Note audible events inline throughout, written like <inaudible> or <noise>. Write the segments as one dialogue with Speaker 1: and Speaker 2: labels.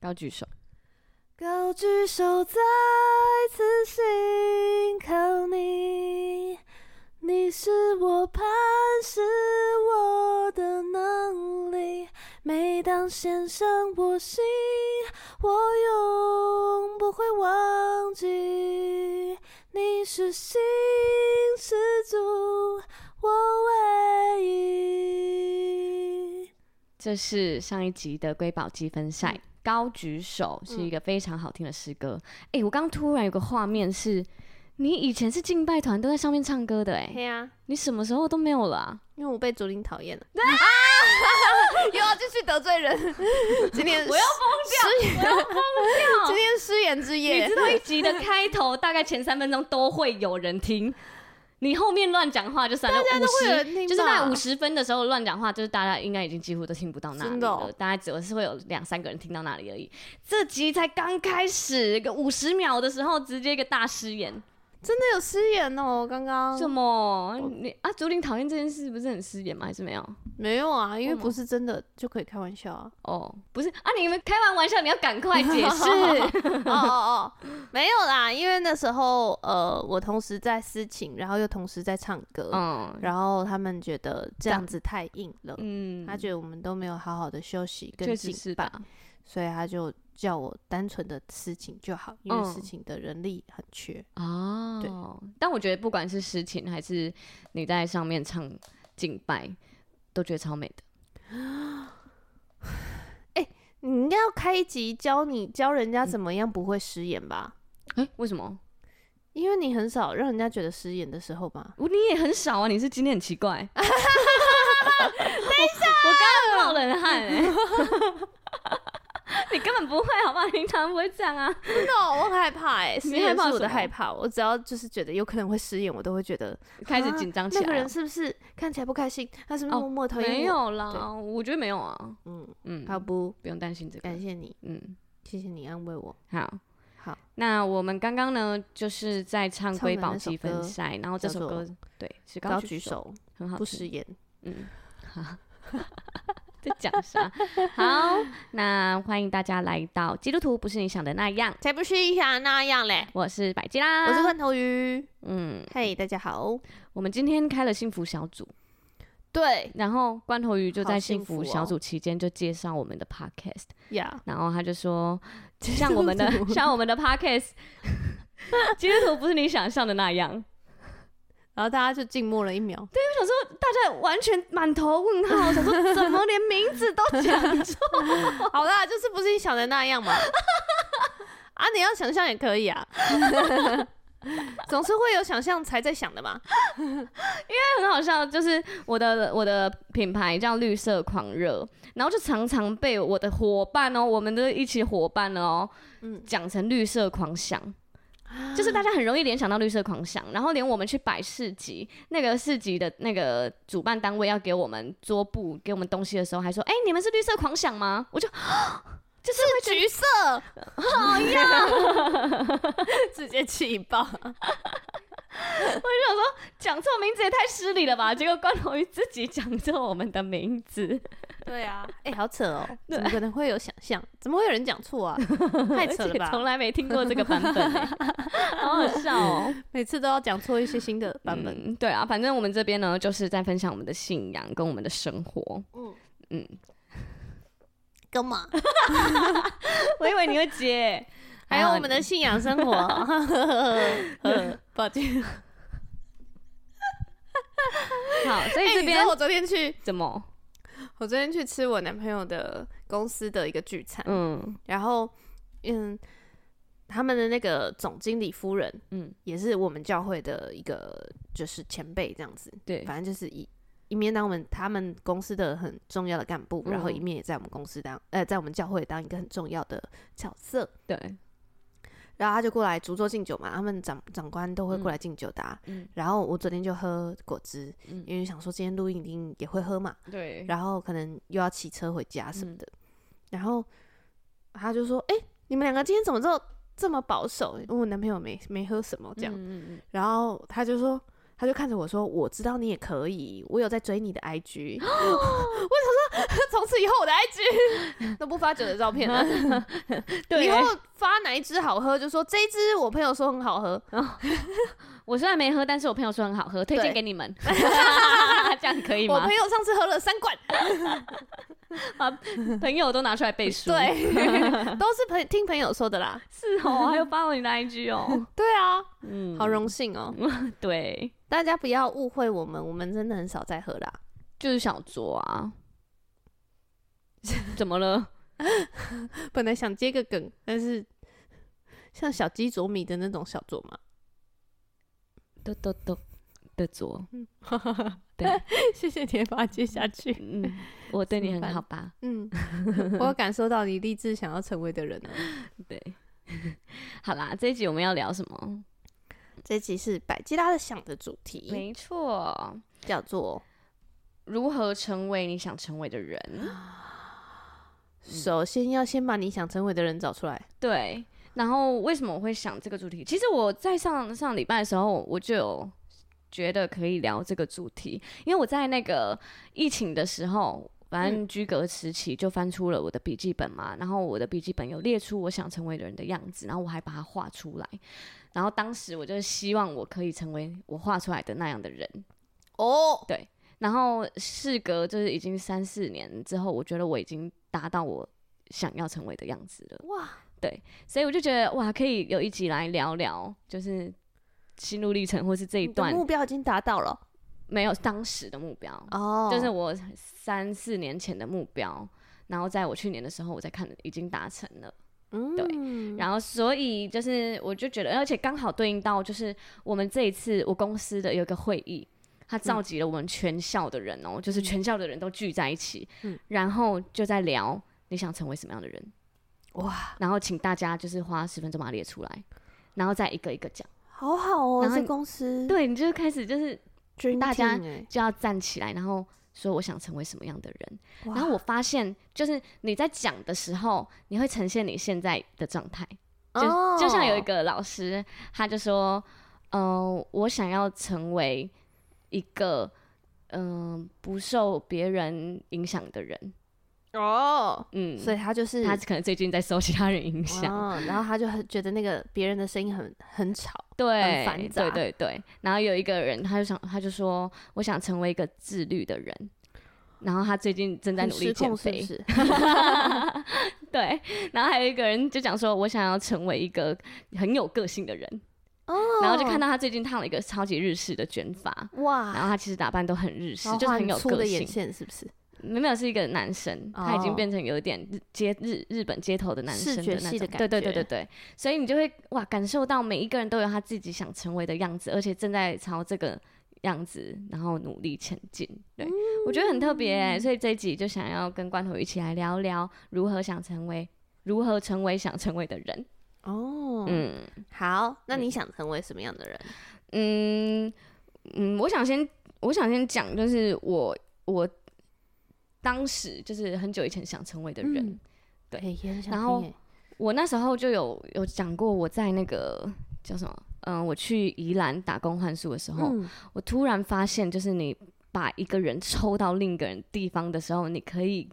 Speaker 1: 高举手。
Speaker 2: 高举手，再次信靠你，你是我磐石，我的能力。每当献上我心，我永不会忘记。你是心是足，我唯一。
Speaker 1: 这是上一集的瑰宝积分赛，高举手》是一个非常好听的诗歌。哎、我刚突然有个画面是，你以前是敬拜团都在上面唱歌的、哎，
Speaker 2: 嘿啊呀、
Speaker 1: 你什么时候都没有了啊、
Speaker 2: 因为我被竹林讨厌了。啊！ <laughs> 又要继续得罪 <laughs> 人。今天我要疯掉，我要疯掉。 <laughs> 今天失言之
Speaker 1: 你
Speaker 2: 夜
Speaker 1: 知，道一集的开头大概前三分钟都会有人听， <laughs> 你后面乱讲话就算了，五
Speaker 2: 会有
Speaker 1: 十
Speaker 2: 人听吧
Speaker 1: 就是在五十分的时候乱讲话，就是大家应该已经几乎都听不到那里
Speaker 2: 真的
Speaker 1: 了，
Speaker 2: 哦
Speaker 1: 大概只有是会有两三个人听到那里而已。这集才刚开始，个五十秒的时候直接一个大失言，
Speaker 2: 真的有失言哦。刚刚
Speaker 1: 什么？你啊，竹林讨厌这件事不是很失言吗？还是没有？
Speaker 2: 没有啊，因
Speaker 1: 为
Speaker 2: 为
Speaker 1: 什么
Speaker 2: 不是真的就可以开玩笑 <laughs> 啊。
Speaker 1: 哦，不是啊，你们开完玩笑你要赶快解
Speaker 2: <laughs>
Speaker 1: 释，
Speaker 2: 哦哦哦，没有啦，因为那时候呃，我同时在私情，然后又同时在唱歌，
Speaker 1: 嗯
Speaker 2: 然后他们觉得
Speaker 1: 这
Speaker 2: 这样
Speaker 1: 样
Speaker 2: 子太硬了，
Speaker 1: 嗯
Speaker 2: 他觉得我们都没有好好的休息跟
Speaker 1: 确实
Speaker 2: 敬
Speaker 1: 是
Speaker 2: 拜
Speaker 1: 吧，？
Speaker 2: 所以他就叫我单纯的私情就好，因为
Speaker 1: 嗯
Speaker 2: 私情的人力很缺。
Speaker 1: 哦，但我觉得不管是诗情还是你在上面唱敬拜，都觉得超美的。
Speaker 2: 你应该要开一集教你教人家怎么样不会失言吧？
Speaker 1: 哎、为什么？
Speaker 2: 因为你很少让人家觉得失言的时候吧。
Speaker 1: 我你也很少啊，你是今天很奇 <laughs> 怪。等一下，啊我刚刚冒冷汗哎、 <laughs> 你根本不会好不好？你平常不会这样啊。
Speaker 2: 真的哦、我很害怕 <laughs> 哎、失言
Speaker 1: 害
Speaker 2: 是
Speaker 1: 怕
Speaker 2: 我的
Speaker 1: 什么
Speaker 2: 害怕。我只要就是觉得有可能会失言，我都会觉得
Speaker 1: 开始
Speaker 2: 啊
Speaker 1: 紧张起
Speaker 2: 那个
Speaker 1: 来
Speaker 2: 人
Speaker 1: 了。
Speaker 2: 是不是看起来不开心？他是不是
Speaker 1: 哦
Speaker 2: 默默讨厌我？
Speaker 1: 没，有啦，
Speaker 2: 对
Speaker 1: 我觉得没有啊。
Speaker 2: 嗯，
Speaker 1: 嗯，
Speaker 2: 好不，
Speaker 1: 不用担心这个
Speaker 2: 感。谢你，
Speaker 1: 嗯，
Speaker 2: 谢谢你安慰我。
Speaker 1: 好。
Speaker 2: 好，
Speaker 1: 那我们刚刚呢，就是在唱《
Speaker 2: 唱
Speaker 1: 瑰
Speaker 2: 的
Speaker 1: 宝
Speaker 2: 那首
Speaker 1: 积分
Speaker 2: 歌
Speaker 1: 赛》，然后这
Speaker 2: 叫
Speaker 1: 首歌
Speaker 2: 做
Speaker 1: 对是
Speaker 2: 高
Speaker 1: 高
Speaker 2: 举
Speaker 1: 举手，
Speaker 2: 手，
Speaker 1: 很好
Speaker 2: 不
Speaker 1: 听
Speaker 2: 失言。
Speaker 1: 嗯， <laughs> 好，在讲啥？好，那欢迎大家来到基督徒不是你想的那样，
Speaker 2: 才不是一下那样嘞！啊
Speaker 1: 我是百吉啦，
Speaker 2: 我是罐头鱼。
Speaker 1: 嗯，
Speaker 2: 嘿，大家好。
Speaker 1: 我们今天开了幸福小组，
Speaker 2: 对
Speaker 1: 然后罐头鱼就
Speaker 2: 好
Speaker 1: 在
Speaker 2: 幸
Speaker 1: 幸福
Speaker 2: 福哦
Speaker 1: 小组期间就介绍我们的 podcast，
Speaker 2: 呀，
Speaker 1: 然后他就说，像我们的
Speaker 2: 基督徒
Speaker 1: 像我们的 podcast，基督徒不是你想象的那样。
Speaker 2: 然后大家就静默了一秒。对，
Speaker 1: 我想说，大家完全满头问号，想说怎么连名字都讲错？
Speaker 2: 好啦，就是不是你想的那样嘛。 <laughs> 啊，你要想象也可以啊， <laughs> 总是会有想象才在想的嘛。
Speaker 1: 很好笑，就是我的我的品牌叫绿色狂热，然后就常常被我的伙伴哦，我们的一起伙伴哦，
Speaker 2: 嗯
Speaker 1: 讲成绿色狂想。就是大家很容易联想到绿色狂想，然后连我们去摆市集，那个市集的那个主办单位要给我们桌布、给我们东西的时候，还说：“哎、你们是绿色狂想吗？”我就就是会
Speaker 2: 橘色，
Speaker 1: 讨厌，
Speaker 2: <laughs> 直接气爆。
Speaker 1: 讲错名字也太失礼了
Speaker 2: <laughs>
Speaker 1: 吧！结果关头鱼自己讲错我们的名字，
Speaker 2: 对啊，哎、好扯哦，
Speaker 1: 对
Speaker 2: 怎么可能会有想象？怎么会有人讲错 <laughs> 啊？太
Speaker 1: <laughs>
Speaker 2: 扯
Speaker 1: 而
Speaker 2: 了
Speaker 1: 且从
Speaker 2: 吧！
Speaker 1: 来没听过这个版
Speaker 2: <laughs>
Speaker 1: 本、欸，好好笑哦、
Speaker 2: 每次都要讲错一些新的版本。
Speaker 1: 嗯，对啊，反正我们这边呢，就是在分享我们的信仰跟我们的生活。
Speaker 2: 嗯
Speaker 1: 嗯，
Speaker 2: 干嘛？ <laughs>
Speaker 1: 我以为你会 <laughs> 接，
Speaker 2: 还有我们的信仰生 <laughs> 活。呃抱歉。
Speaker 1: 好，所以
Speaker 2: 哎、
Speaker 1: 这
Speaker 2: 你知
Speaker 1: 边
Speaker 2: 道我昨天去，
Speaker 1: 怎么？
Speaker 2: 我昨天去吃我男朋友的公司的一个聚餐，
Speaker 1: 嗯
Speaker 2: 然后嗯，他们的那个总经理夫人
Speaker 1: 嗯，
Speaker 2: 也是我们教会的一个就是前辈这样子，
Speaker 1: 对，
Speaker 2: 反正就是一一面当我们他们公司的很重要的干部，
Speaker 1: 嗯
Speaker 2: 然后一面也在我们公司当呃，在我们教会当一个很重要的角色。
Speaker 1: 对，
Speaker 2: 然后他就过来逐桌敬酒嘛，他们长长官都会过来敬酒的、啊。
Speaker 1: 嗯
Speaker 2: 然后我昨天就喝果汁，
Speaker 1: 嗯
Speaker 2: 因为想说今天录音一定也会喝嘛，
Speaker 1: 对，嗯
Speaker 2: 然后可能又要骑车回家什么的。然后他就说：“哎、你们两个今天怎么这这么保守？因为我男朋友没没喝什么这样。
Speaker 1: 嗯嗯嗯
Speaker 2: 然后他就说：“他就看着我说：“我知道你也可以，我有在追你的
Speaker 1: <gasps>
Speaker 2: IG。” <laughs> 我想说，从此以后我的 IG 都不发酒的照片了，
Speaker 1: <laughs> 对
Speaker 2: 以后发哪一支好喝就说这一支我朋友说很好喝，
Speaker 1: 我虽然没喝，但是我朋友说很好喝，推荐
Speaker 2: 对
Speaker 1: 给你
Speaker 2: <laughs>
Speaker 1: 们，这样可以
Speaker 2: 我
Speaker 1: 吗
Speaker 2: 朋？友上次喝了三罐，
Speaker 1: 朋友都拿出来背书，，
Speaker 2: 对， <laughs> 都是朋听朋友说的啦。
Speaker 1: 是哦，还有发我你的 IG 哦，
Speaker 2: 对啊，
Speaker 1: 嗯，
Speaker 2: 好荣幸哦、
Speaker 1: 对，
Speaker 2: 大家不要误会我们，我们真的很少在喝啦。
Speaker 1: 就是小酌啊， <laughs> 怎么了？
Speaker 2: <laughs> 本来想接个梗，但是 <laughs> 像小鸡啄米的那种小啄嘛。 <laughs>
Speaker 1: 都都都的酌， <laughs>
Speaker 2: 谢谢你把它接下去。
Speaker 1: 嗯，我对你
Speaker 2: 怎么
Speaker 1: 很
Speaker 2: 办
Speaker 1: <laughs> 好吧？
Speaker 2: <laughs> 嗯， <laughs> 我有感受到你立志想要成为的人了。啊
Speaker 1: 对，好啦，这一集我们要聊什么？
Speaker 2: <laughs> 这集是百吉拉的想的主题，
Speaker 1: 没错，
Speaker 2: 叫做
Speaker 1: 如何成为你想成为的人？
Speaker 2: 首先要先把你想成为的人找出来。
Speaker 1: 对，然后为什么我会想这个主题？其实我在上上礼拜的时候，我就有觉得可以聊这个主题，因为我在那个疫情的时候。反正居隔时期就翻出了我的笔记本嘛，然后我的笔记本有列出我想成为的人的样子，然后我还把它画出来，然后当时我就希望我可以成为我画出来的那样的人，
Speaker 2: 哦，
Speaker 1: 然后事隔就是已经三四年之后，我觉得我已经达到我想要成为的样子了，
Speaker 2: 哇，
Speaker 1: 所以我就觉得哇，可以有一集来聊聊，就是心路历程，或是这一
Speaker 2: 你的
Speaker 1: 段
Speaker 2: 目标已经达到了
Speaker 1: 没有当时的目标，
Speaker 2: 哦
Speaker 1: 就是我三四年前的目标，然后在我去年的时候，我在看已经达成了。
Speaker 2: 嗯
Speaker 1: 对然后，所以就是我就觉得，而且刚好对应到就是我们这一次我公司的有一个会议，它
Speaker 2: 嗯
Speaker 1: 召集了我们全校的人哦、就是全校的人都聚在一起，
Speaker 2: 嗯
Speaker 1: 然后就在聊你想成为什么样的人，
Speaker 2: 哇，
Speaker 1: 然后请大家就是花十分钟把它列出来，然后再一个一个讲。
Speaker 2: 好好哦，
Speaker 1: 然后
Speaker 2: 这
Speaker 1: 你
Speaker 2: 公司哎
Speaker 1: 对，你就开始就是
Speaker 2: 对
Speaker 1: 大家就要站起来，然后说我想成为什么样的人。然后我发现，就是你在讲的时候，你会呈现你现在的状态。就
Speaker 2: 哦
Speaker 1: 就像有一个老师，他就说，嗯、我想要成为一个嗯、不受别人影响的人，
Speaker 2: 哦，
Speaker 1: 嗯，
Speaker 2: 所以他就是
Speaker 1: 他可能最近在受其他人影响，
Speaker 2: 哦，然后他就很觉得那个别人的声音很很吵，
Speaker 1: 对，
Speaker 2: 繁杂
Speaker 1: 对对对。然后有一个人，他就想，他就说，我想成为一个自律的人。然后他最近正在
Speaker 2: 很
Speaker 1: 努力
Speaker 2: 失
Speaker 1: 减
Speaker 2: 控是
Speaker 1: 肥，
Speaker 2: 不是？
Speaker 1: <laughs> 对。然后还有一个人就讲说，我想要成为一个很有个性的人。
Speaker 2: 哦，
Speaker 1: 然后就看到他最近烫了一个超级日式的卷发，然
Speaker 2: 哇，
Speaker 1: 后他其实打扮都很日式
Speaker 2: 然，后
Speaker 1: 就是
Speaker 2: 画
Speaker 1: 很有
Speaker 2: 粗
Speaker 1: 个
Speaker 2: 的眼
Speaker 1: 性。哦
Speaker 2: 线是不是？
Speaker 1: 没有没有是一个男生，他已经
Speaker 2: 哦
Speaker 1: 变成有一点日街日日本街头的男
Speaker 2: 视
Speaker 1: 生
Speaker 2: 觉
Speaker 1: 的那
Speaker 2: 系的
Speaker 1: 种，
Speaker 2: 感
Speaker 1: 对对对
Speaker 2: 觉
Speaker 1: 对对，所以你就会哇感受到每一个人都有他自己想成为的样子，而且正在朝这个样子然后努力前进。对、我觉得很特别欸、所以这一集就想要跟罐头一起来聊聊如何想成为如何成为想成为的人。
Speaker 2: 哦，
Speaker 1: 嗯
Speaker 2: 好，那你想成为什么样的人？
Speaker 1: 嗯嗯，我想先我想先讲，就是我我当时就是很久以前想成为的人。
Speaker 2: 嗯
Speaker 1: 对
Speaker 2: 哎，也很想
Speaker 1: 然后
Speaker 2: 听耶
Speaker 1: 我那时候就有有讲过，我在那个叫什么，嗯，我去宜兰打工换宿的时候，
Speaker 2: 嗯，
Speaker 1: 我突然发现，就是你把一个人 <laughs> 抽到另一个人地方的时候，你可以。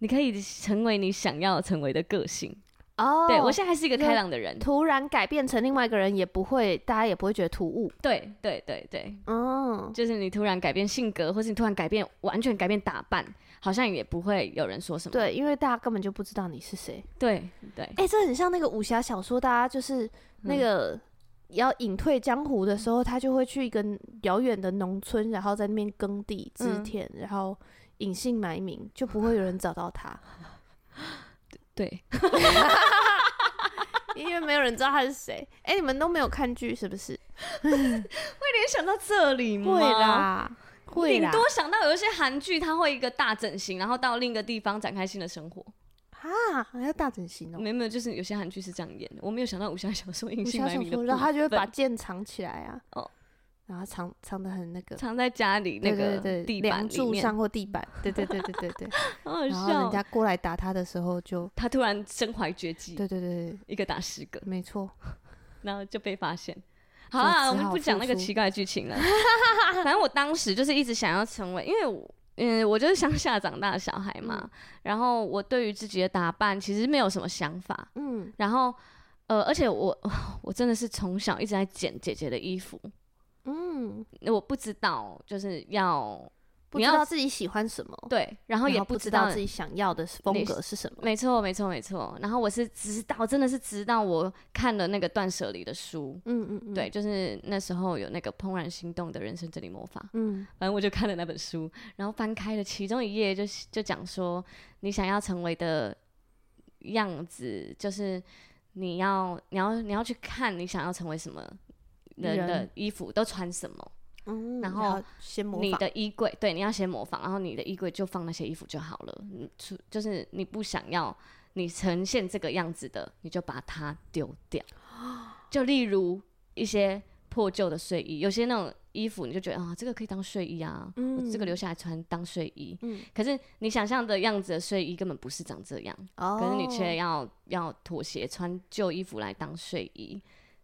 Speaker 1: 你可以成为你想要成为的个性，
Speaker 2: 哦，
Speaker 1: 对我现在还是一个
Speaker 2: 那
Speaker 1: 开朗的人，
Speaker 2: 突然改变成另外一个人，也不会，大家也不会觉得突兀。
Speaker 1: 对对对对，
Speaker 2: 哦，
Speaker 1: 就是你突然改变性格，或是你突然改变完全改变打扮，好像也不会有人说什么，
Speaker 2: 对，因为大家根本就不知道你是谁。
Speaker 1: 对对，
Speaker 2: 哎、这很像那个武侠小说，大家就是那个要隐退江湖的时候，他就会去一个遥远的农村，然后在那边耕地、织
Speaker 1: 嗯
Speaker 2: 田，然后隐姓埋名，就不会有人找到他，
Speaker 1: 对，
Speaker 2: <laughs> 因为没有人知道他是谁。哎、你们都没有看剧是不是？
Speaker 1: 联想到这里吗？
Speaker 2: 会啦，会
Speaker 1: 顶
Speaker 2: 啦。
Speaker 1: 多想到有一些韩剧，它会一个大整形，然后到另一个地方展开新的生活。
Speaker 2: 啊，还要大整形哦、
Speaker 1: 没有没有，就是有些韩剧是这样演的。我没有想到武侠小说隐
Speaker 2: 武
Speaker 1: 姓
Speaker 2: 侠
Speaker 1: 埋
Speaker 2: 小
Speaker 1: 名的部分，
Speaker 2: 说，然后他就会把剑藏起来啊，
Speaker 1: 哦
Speaker 2: 然后藏藏的很那 <laughs> 个。
Speaker 1: 藏在家里那
Speaker 2: 对
Speaker 1: 个
Speaker 2: 对对，
Speaker 1: 地板
Speaker 2: 梁
Speaker 1: 里
Speaker 2: 柱
Speaker 1: 面，
Speaker 2: 上或地板，对对对对对 <laughs> 对。
Speaker 1: 好好
Speaker 2: 然后人
Speaker 1: 笑。
Speaker 2: 家过来打他的时候就，
Speaker 1: 他突然身怀绝技，
Speaker 2: 对对对对，
Speaker 1: 一个打十个，
Speaker 2: 没错，
Speaker 1: 然后就被发现。好啊，我
Speaker 2: 就只
Speaker 1: 们
Speaker 2: 好
Speaker 1: 不讲
Speaker 2: 付
Speaker 1: 那个
Speaker 2: 出
Speaker 1: 奇怪的剧情
Speaker 2: <laughs>
Speaker 1: 了。反正我当时就是一直想要成为，因为我嗯，我就是乡下长大的小孩嘛，
Speaker 2: 嗯
Speaker 1: 然后我对于自己的打扮其实没有什么想法，
Speaker 2: 嗯，
Speaker 1: 然后呃，而且我 <laughs> 我真的是从小一直在剪姐姐的衣服，
Speaker 2: 嗯，
Speaker 1: 我不知道就是要
Speaker 2: 不
Speaker 1: 你
Speaker 2: 知
Speaker 1: 要
Speaker 2: 道自己喜欢什么，
Speaker 1: 对，然后
Speaker 2: 然
Speaker 1: 也
Speaker 2: 后不
Speaker 1: 知
Speaker 2: 知
Speaker 1: 道
Speaker 2: 道自己想要的风格是什么。
Speaker 1: 没错，没错，没错。然后我是直到，真的是直到我看了那个断舍离的书，
Speaker 2: 嗯嗯嗯，
Speaker 1: 对，，就是那时候有那个《怦然心动的人生整理魔法》，
Speaker 2: 嗯
Speaker 1: 反正我就看了那本书，然后翻开了其中一页就，就讲说你想要成为的样子，就是你要你要你要去看你想要成为什么人的
Speaker 2: 人
Speaker 1: 衣服都穿什么，
Speaker 2: 嗯，
Speaker 1: 然后
Speaker 2: 先模
Speaker 1: 你
Speaker 2: 仿，
Speaker 1: 的衣柜，对，你要先模仿，然后你的衣柜就放那些衣服就好了。你出就是你不想要你呈现这个样子的，你就把它丢
Speaker 2: <gasps>
Speaker 1: 掉。就例如一些破旧的睡衣，有些那种衣服，你就觉得啊、这个可以当睡衣啊，我这个留下来穿当睡衣。
Speaker 2: 嗯
Speaker 1: 可是你想象的样子的睡衣根本不是长这样，
Speaker 2: 哦，
Speaker 1: 可是你却要要妥协，穿旧衣服来当睡衣。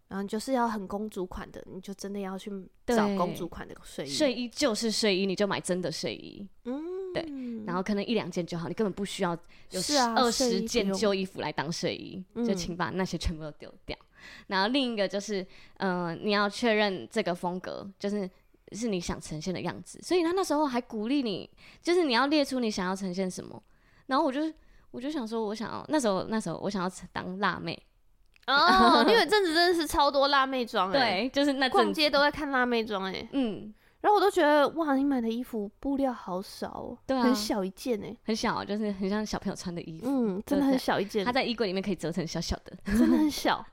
Speaker 2: 然后就是要很公主款的，你就真的要去找
Speaker 1: 对
Speaker 2: 公主款的睡衣。
Speaker 1: 睡衣就是睡衣，你就买真的睡衣。
Speaker 2: 嗯，
Speaker 1: 对，然后可能一两件就好，你根本不需要有
Speaker 2: 是啊
Speaker 1: 二
Speaker 2: 睡衣
Speaker 1: 十
Speaker 2: 不
Speaker 1: 件
Speaker 2: 用
Speaker 1: 旧衣服来当睡衣，就
Speaker 2: 嗯
Speaker 1: 请把那些全部都丢掉。然后另一个就是，呃，你要确认这个风格就是是你想呈现的样子，所以他那时候还鼓励你，就是你要列出你想要呈现什么。然后我就我就想说，我想要那时候那时候我想要当辣妹，
Speaker 2: 哦，你有一阵子真的是超多辣妹装哎、
Speaker 1: 对，就是那
Speaker 2: 逛
Speaker 1: 阵
Speaker 2: 街都在看辣妹装哎、
Speaker 1: 嗯
Speaker 2: 然后我都觉得哇，你买的衣服布料好少哦、
Speaker 1: 对啊
Speaker 2: 很小一件哎、
Speaker 1: 很小，啊就是很像小朋友穿的衣服，
Speaker 2: 嗯，真的很小一件，
Speaker 1: 它在衣柜里面可以折成小小的。 <laughs>
Speaker 2: 真的很小，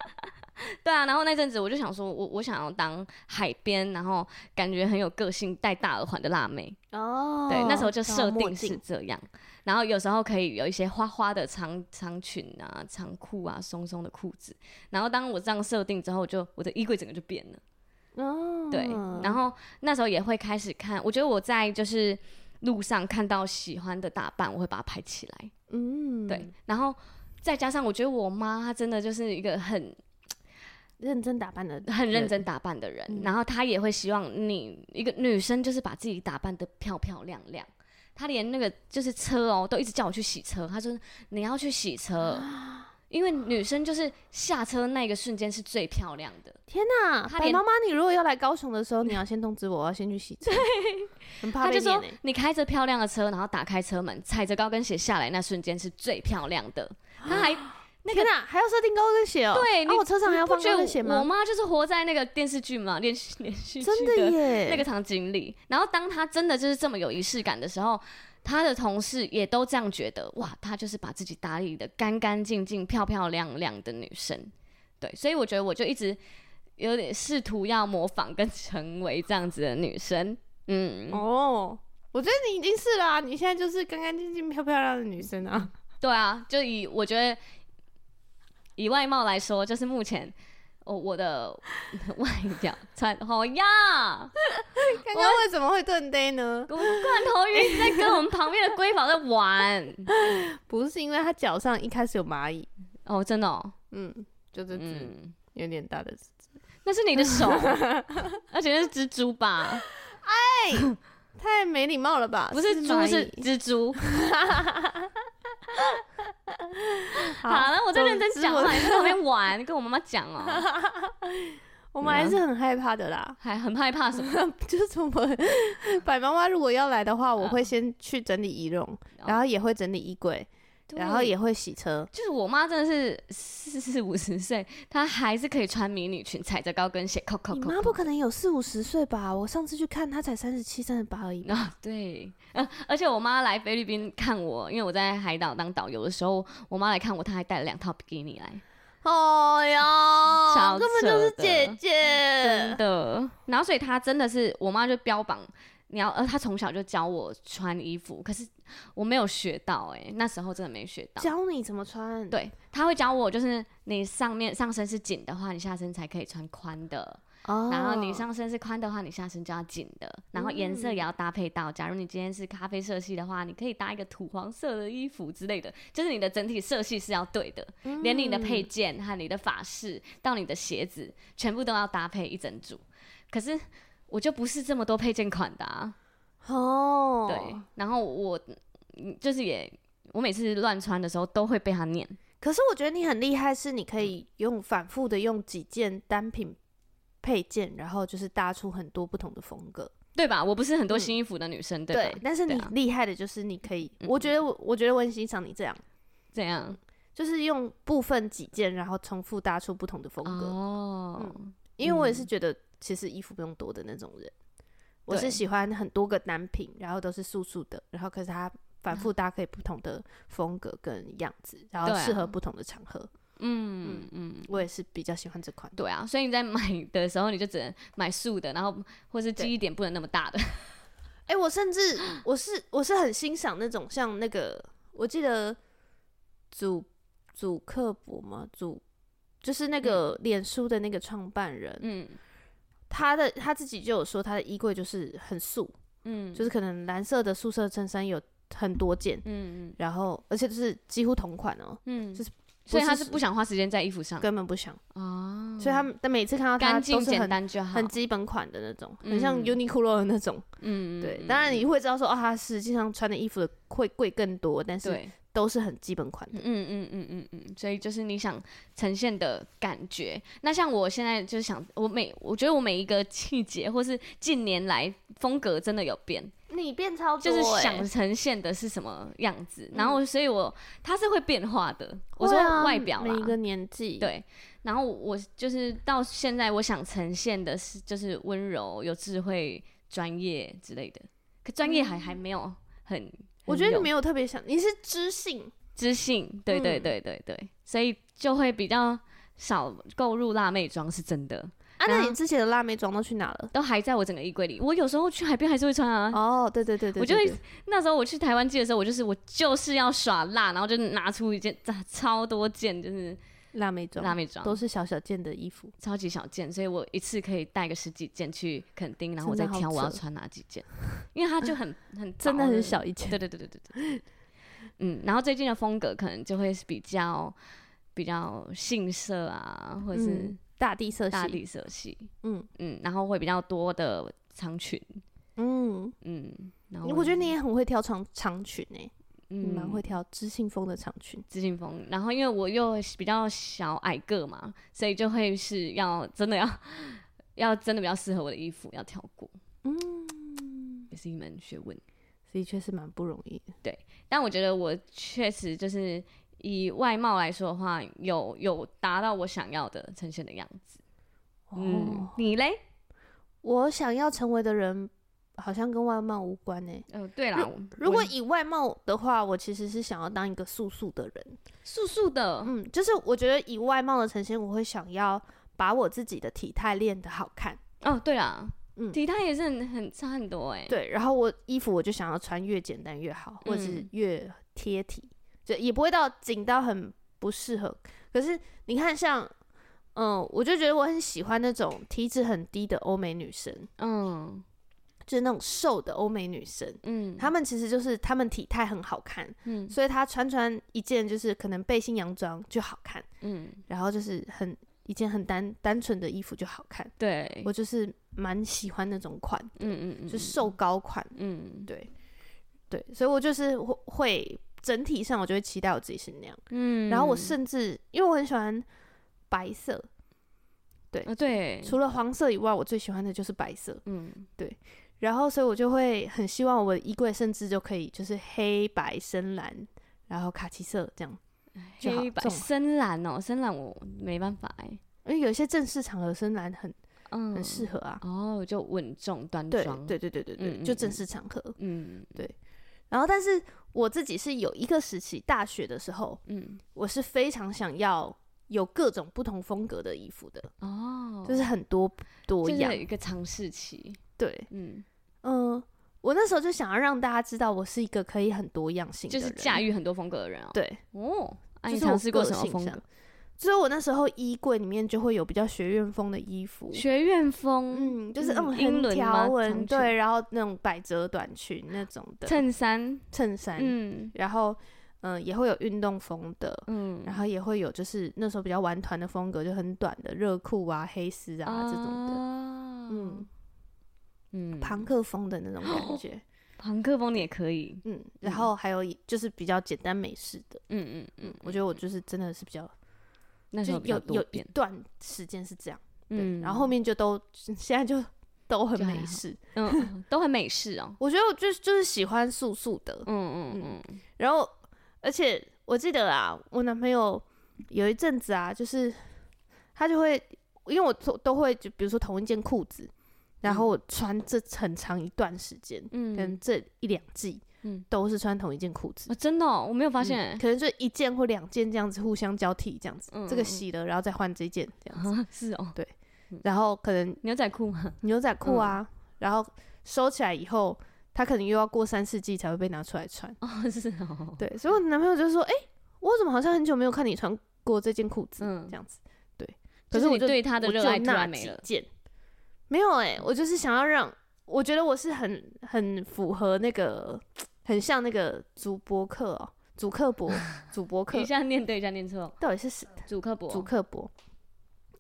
Speaker 1: 对啊，然后那阵子我就想说我，我想要当海边，然后感觉很有个性、戴大耳环的辣妹。
Speaker 2: 哦，
Speaker 1: 对，那时候就
Speaker 2: 然后
Speaker 1: 设
Speaker 2: 墨
Speaker 1: 定是
Speaker 2: 镜
Speaker 1: 这样。然后有时候可以有一些花花的长长裙啊、长裤啊、松松的裤子。然后当我这样设定之后，就我的衣柜整个就变了。
Speaker 2: 哦，
Speaker 1: 对，然后那时候也会开始看，我觉得我在就是路上看到喜欢的打扮，我会把它拍起来。
Speaker 2: 嗯，
Speaker 1: 对，，然后再加上我觉得我妈她真的就是一个很
Speaker 2: 认真打扮的，
Speaker 1: 很认
Speaker 2: 人
Speaker 1: 真打扮的人，
Speaker 2: 嗯
Speaker 1: 然后她也会希望你一个女生就是把自己打扮的漂漂亮亮。她连那个就是车哦，都一直叫我去洗车。她说你要去洗
Speaker 2: <gasps>
Speaker 1: 车，因为女生就是下车那个瞬间是最漂亮的。
Speaker 2: 天哪，
Speaker 1: 他
Speaker 2: 白
Speaker 1: 连
Speaker 2: 妈妈，你如果要来高雄的时候，你要先通知我，我要先去洗车，很怕
Speaker 1: 她
Speaker 2: 被
Speaker 1: 就说
Speaker 2: 念欸
Speaker 1: 你开着漂亮的车，然后打开车门，踩着高跟鞋下来那瞬间是最漂亮
Speaker 2: <gasps>
Speaker 1: 的。她还那个
Speaker 2: 天哪，还要设定高跟鞋哦，
Speaker 1: 对
Speaker 2: 啊，
Speaker 1: 你
Speaker 2: 我车上还要
Speaker 1: 不
Speaker 2: 放
Speaker 1: 觉
Speaker 2: 高
Speaker 1: 得
Speaker 2: 跟鞋
Speaker 1: 我我
Speaker 2: 吗？
Speaker 1: 妈就是活在那个电视剧嘛，连续连续剧
Speaker 2: 真的耶，
Speaker 1: 那个场景里。然后当他真的就是这么有仪式感的时候，他的同事也都这样觉得，哇，他就是把自己打理的干干净净、漂漂亮亮的女生。对，所以我觉得我就一直有点试图要模仿跟成为这样子的女生。嗯，
Speaker 2: 哦，我觉得你已经是啦、你现在就是干干净净、漂漂亮亮的女
Speaker 1: <laughs>
Speaker 2: 生啊。
Speaker 1: 对啊，就以我觉得以外貌来说，就是目前。哦，我的外表穿好呀，
Speaker 2: 刚刚为什么会顿呆呢？
Speaker 1: 罐头鱼一直在跟我们旁边的龟宝在玩。
Speaker 2: 不是因为她脚上一开始有蚂蚁，
Speaker 1: 哦，真的、哦，
Speaker 2: 嗯，就是指、
Speaker 1: 嗯，
Speaker 2: 有点大的指。
Speaker 1: 那是你的
Speaker 2: <laughs>
Speaker 1: 手，而且那是蜘蛛
Speaker 2: 啊
Speaker 1: 吧？
Speaker 2: 太没礼貌了吧？
Speaker 1: 不是
Speaker 2: 蚂
Speaker 1: 猪，
Speaker 2: 蚁
Speaker 1: 是蜘蛛。好
Speaker 2: 好
Speaker 1: 了，我在认真讲
Speaker 2: 总之 <laughs>
Speaker 1: 话，你在旁边玩，跟我妈妈讲哦，
Speaker 2: 我们还是很害怕的啦。 <laughs>
Speaker 1: 还很害怕什么？
Speaker 2: 就是我们 <laughs> 白妈妈如果要来的话，我会先去整理仪容，然后也会整理衣柜，然后
Speaker 1: 对
Speaker 2: 也会洗车。
Speaker 1: 就是我妈真的是四四五十岁，她还是可以穿迷你裙，踩着高跟鞋，扣扣
Speaker 2: 你
Speaker 1: 扣。
Speaker 2: 妈不可能有四五十岁吧？我上次去看她才三十七、三十八而已吧。
Speaker 1: 啊，对，呃，而且我妈来菲律宾看我，因为我在海岛当导游的时候，我妈来看我，她还带了两套比基尼来，
Speaker 2: 哦
Speaker 1: 超
Speaker 2: 呀，根本就是
Speaker 1: 扯的
Speaker 2: 姐姐
Speaker 1: 真。的。然后所以她真的是，我妈就标榜你要，呃，她从小就教我穿衣服，可是我没有学到、欸，哎，那时候真的没学到。
Speaker 2: 教你怎么穿。，
Speaker 1: 对，她会教我，就是你上面上身是紧的话，你下身才可以穿宽的。
Speaker 2: 哦
Speaker 1: 然后你上身是宽的话，你下身就要紧的，然后颜色也要搭配到。假如你今天是咖啡色系的话，你可以搭一个土黄色的衣服之类的，就是你的整体色系是要对的，连你的配
Speaker 2: 嗯
Speaker 1: 件和你的发饰到你的鞋子，全部都要搭配一整组。可是我就不是这么多配件款的啊，
Speaker 2: 哦，
Speaker 1: 对。然后我嗯就是也，我每次乱穿的时候都会被他念。
Speaker 2: 可是我觉得你很厉害，是你可以用反复的用几件单品配件，然后就是搭出很多不同的风格。
Speaker 1: 对吧？我不是很多
Speaker 2: 嗯
Speaker 1: 新衣服的女生，对
Speaker 2: 对
Speaker 1: 吧？，
Speaker 2: 但是你
Speaker 1: 对啊
Speaker 2: 厉害的就是你可以，
Speaker 1: 嗯
Speaker 2: 我觉得我我觉得我很欣赏你这样，
Speaker 1: 这样
Speaker 2: 就是用部分几件，然后重复搭出不同的风格。
Speaker 1: 哦，
Speaker 2: 因为我也是觉得，其实衣服不用多的那种人，我是
Speaker 1: 对
Speaker 2: 喜欢很多个单品，然后都是素素的，然后可是它反复搭配不同的风格跟样子，然后
Speaker 1: 对啊
Speaker 2: 适合不同的场合。
Speaker 1: 嗯嗯，
Speaker 2: 我也是比较喜欢这款。
Speaker 1: 对啊，所以你在买的时候，你就只能买素的，然后或是记忆点不能那么大的。 <laughs>
Speaker 2: 哎、我甚至
Speaker 1: 嗯
Speaker 2: 我是我是很欣赏那种像那个，我记得祖祖克伯嘛，祖就是那个脸书的那个创办人，
Speaker 1: 嗯
Speaker 2: 他的他自己就有说他的衣柜就是很素，
Speaker 1: 嗯，
Speaker 2: 就是可能蓝色的素色衬衫有很多件，
Speaker 1: 嗯
Speaker 2: 然后而且就是几乎同款哦，
Speaker 1: 嗯，
Speaker 2: 就是
Speaker 1: 所以他
Speaker 2: 不
Speaker 1: 是
Speaker 2: 是
Speaker 1: 不想花时间在衣服上
Speaker 2: 根本不想，
Speaker 1: 嗯哦，
Speaker 2: 所以他们但每次看到他
Speaker 1: 干
Speaker 2: 都
Speaker 1: 净
Speaker 2: 是
Speaker 1: 简
Speaker 2: 很
Speaker 1: 单就好。
Speaker 2: 很基本款的那种，很像
Speaker 1: 嗯
Speaker 2: Uniqlo 的那种。
Speaker 1: 嗯，嗯
Speaker 2: 对，
Speaker 1: 嗯
Speaker 2: 当然你会知道说哦，他实际上穿的衣服的会贵更多，但是
Speaker 1: 对，
Speaker 2: 都是很基本款
Speaker 1: 嗯
Speaker 2: 的。
Speaker 1: 嗯嗯嗯嗯，所以就是你想呈现的感觉。那像我现在就是想，我每我觉得我每一个季节或是近年来风格真的有变，
Speaker 2: 嗯你变超欸
Speaker 1: 就是想
Speaker 2: 啊
Speaker 1: 呈现的是什么样子，然后所以我它是会变化的。我说
Speaker 2: 嗯对啊
Speaker 1: 外表
Speaker 2: 每一个
Speaker 1: 啦，
Speaker 2: 年纪，，
Speaker 1: 对。然后我就是到现在，我想呈现的是就是温柔、有智慧、专业之类的。可专业还还没有很，
Speaker 2: 嗯我觉得你没
Speaker 1: 有
Speaker 2: 有特别想，你是知性，
Speaker 1: 知性，对对
Speaker 2: 嗯
Speaker 1: 对对对，所以就会比较少购入辣妹装，是真的，
Speaker 2: 啊，
Speaker 1: 然
Speaker 2: 那
Speaker 1: 后
Speaker 2: 你之前的辣妹装都去哪了？
Speaker 1: 都还在我整个衣柜里。我有时候去海边还是会穿啊，
Speaker 2: 哦，对对对对，
Speaker 1: 我就
Speaker 2: 对
Speaker 1: 会
Speaker 2: 对
Speaker 1: 那时候我去台湾记的时候，我就是我就是要耍辣，然后就拿出一件啊超多件，就是
Speaker 2: 辣妹装
Speaker 1: 辣妹装，
Speaker 2: 都是小小件的衣服，
Speaker 1: 超级小件，所以我一次可以带个十几件去垦丁，然后我
Speaker 2: 真
Speaker 1: 再
Speaker 2: 的好
Speaker 1: 挑我要
Speaker 2: 扯
Speaker 1: 穿哪几件，因为它就
Speaker 2: <laughs>
Speaker 1: 很很
Speaker 2: 真的
Speaker 1: 薄
Speaker 2: 很小一件。
Speaker 1: 对对对对对对，对嗯，然后最近的风格可能就会是比较比较杏色啊，或者是
Speaker 2: 嗯大地色
Speaker 1: 大
Speaker 2: 系，
Speaker 1: 地色系，
Speaker 2: 嗯
Speaker 1: 嗯，然后会比较多的长裙，
Speaker 2: 嗯，
Speaker 1: 嗯，然后
Speaker 2: 我觉得你也很会挑长长裙诶，你
Speaker 1: 嗯
Speaker 2: 蛮会挑知性风的长裙。
Speaker 1: 自信风，然后因为我又比较小矮个嘛，所以就会是要真的要 <laughs> 要真的比较适合我的衣服要挑过，
Speaker 2: 嗯，
Speaker 1: 也是一门学问。
Speaker 2: 的确是蛮不容易的。
Speaker 1: 但我觉得我确实就是以外貌来说的话，有有达到我想要的呈现的样子。嗯
Speaker 2: 哦，，
Speaker 1: 你嘞？
Speaker 2: 我想要成为的人好像跟外貌无关诶。
Speaker 1: 呃，对啦，我
Speaker 2: 如果
Speaker 1: 我
Speaker 2: 以外貌的话，我其实是想要当一个素素的人。
Speaker 1: 素素的，
Speaker 2: 嗯，就是我觉得以外貌的呈现，我会想要把我自己的体态练得好看。
Speaker 1: 哦，对啦，
Speaker 2: 嗯
Speaker 1: 体态也是很很差很多哎、
Speaker 2: 对，然后我衣服我就想要穿越简单越好，或者是
Speaker 1: 嗯
Speaker 2: 越贴体，就也不会到紧到很不适合。可是你看像，嗯，我就觉得我很喜欢那种体脂很低的欧美女生，
Speaker 1: 嗯
Speaker 2: 就是那种瘦的欧美女生，
Speaker 1: 嗯，
Speaker 2: 她们其实就是她们体态很好看，
Speaker 1: 嗯
Speaker 2: 所以她穿穿一件就是可能背心洋装就好看，
Speaker 1: 嗯，
Speaker 2: 然后就是很一件很单单纯的衣服就好看。
Speaker 1: 对，
Speaker 2: 我就是蛮喜欢那种款，
Speaker 1: 嗯嗯嗯，
Speaker 2: 就瘦高款。
Speaker 1: 嗯
Speaker 2: 对，对，所以我就是会会整体上，我就会期待我自己是那样。
Speaker 1: 嗯，
Speaker 2: 然后我甚至因为我很喜欢白色，
Speaker 1: 啊，对，
Speaker 2: 除了黄色以外，我最喜欢的就是白色。
Speaker 1: 嗯
Speaker 2: 然后，所以我就会很希望我的衣柜甚至就可以就是黑白深蓝，然后卡其色这样。就好
Speaker 1: 黑白
Speaker 2: 这种
Speaker 1: 深蓝哦，深蓝我没办法哎、
Speaker 2: 因为有一些正式场合深蓝很
Speaker 1: 嗯，
Speaker 2: 很适合啊。
Speaker 1: 哦，就稳重端
Speaker 2: 对
Speaker 1: 庄，，
Speaker 2: 对对对对对，
Speaker 1: 嗯嗯
Speaker 2: 就正
Speaker 1: 嗯
Speaker 2: 式场合。
Speaker 1: 嗯
Speaker 2: 然后，但是我自己是有一个时期，大学的时候，
Speaker 1: 嗯，
Speaker 2: 我是非常想要有各种不同风格的衣服的，
Speaker 1: 哦，
Speaker 2: 就是很多多
Speaker 1: 就是
Speaker 2: 样
Speaker 1: 有。一个尝试期，
Speaker 2: 对，
Speaker 1: 嗯，
Speaker 2: 嗯、我那时候就想要让大家知道我是一个可以很多样性的
Speaker 1: 就
Speaker 2: 人，
Speaker 1: 是驾驭很多风格的人哦，
Speaker 2: 对，
Speaker 1: 哦，啊，
Speaker 2: 就
Speaker 1: 你
Speaker 2: 是我
Speaker 1: 尝试过
Speaker 2: 个
Speaker 1: 什么
Speaker 2: 性
Speaker 1: 风
Speaker 2: 上
Speaker 1: 格？
Speaker 2: 所以我那时候衣柜里面就会有比较学院风的衣服，
Speaker 1: 学院风、
Speaker 2: 嗯，就是
Speaker 1: 嗯
Speaker 2: 那种
Speaker 1: 英
Speaker 2: 很
Speaker 1: 伦吗
Speaker 2: 条
Speaker 1: 长
Speaker 2: 纹，
Speaker 1: 裙
Speaker 2: 对，然后那种百褶短裙那种的
Speaker 1: 衬衫，
Speaker 2: 衬衫，
Speaker 1: 嗯
Speaker 2: 然后嗯、呃也会有运动风的，
Speaker 1: 嗯，
Speaker 2: 然后也会有就是那时候比较玩团的风格，就很短的热裤啊、黑丝啊这种的，
Speaker 1: 的
Speaker 2: 嗯，
Speaker 1: 啊嗯，
Speaker 2: 朋克风的那种感 <laughs> 觉，
Speaker 1: 朋克风你也可以，
Speaker 2: 嗯，然后还有就是比较简单美式的，
Speaker 1: 嗯嗯嗯，
Speaker 2: 我觉得我就是真的是比较，
Speaker 1: 那时
Speaker 2: 就
Speaker 1: 候比较
Speaker 2: 有
Speaker 1: 多
Speaker 2: 有一
Speaker 1: 变，
Speaker 2: 段时间是这样，对，
Speaker 1: 嗯，
Speaker 2: 然后后面就都现在就都很
Speaker 1: 就还
Speaker 2: 美
Speaker 1: 好
Speaker 2: 式， <laughs>
Speaker 1: 嗯都很美式哦，
Speaker 2: 我觉得我就是就是喜欢素素 <laughs> 的，
Speaker 1: 嗯嗯嗯，
Speaker 2: 然后而且我记得啊，我男朋友有一阵子啊，就是他就会，因为我都都会就比如说同一件裤子，然后我穿这很长一段时间，可能
Speaker 1: 嗯，
Speaker 2: 这一两季，
Speaker 1: 嗯
Speaker 2: 都是穿同一件裤子。
Speaker 1: 哦真的哦，我没有发现欸，
Speaker 2: 可能就一件或两件这样子互相交替，这样子，
Speaker 1: 嗯
Speaker 2: 这
Speaker 1: 嗯
Speaker 2: 个
Speaker 1: 嗯
Speaker 2: 洗了，然后再换这一件这样子，
Speaker 1: 啊是哦，
Speaker 2: 然后可能
Speaker 1: 牛仔裤
Speaker 2: <laughs>
Speaker 1: 吗？
Speaker 2: 牛仔裤啊，
Speaker 1: 嗯
Speaker 2: 然后收起来以后，他可能又要过三四季才会被拿出来穿。
Speaker 1: 哦是哦，
Speaker 2: 对，所以我男朋友就说：“哎、我怎么好像很久没有看你穿过这件裤子？”
Speaker 1: 嗯
Speaker 2: 这样子。
Speaker 1: 就
Speaker 2: 可是我
Speaker 1: 你
Speaker 2: 就
Speaker 1: 对他的
Speaker 2: 我
Speaker 1: 热
Speaker 2: 就
Speaker 1: 爱突
Speaker 2: 那
Speaker 1: 然没
Speaker 2: 几
Speaker 1: 了，
Speaker 2: 件，没有哎、我就是想要让，我觉得我是很很符合那个，很像那个主播课哦，主客
Speaker 1: <laughs>
Speaker 2: 博，主播课
Speaker 1: 一下念对一下念错，
Speaker 2: 到底是谁
Speaker 1: 主客博，
Speaker 2: 主客博？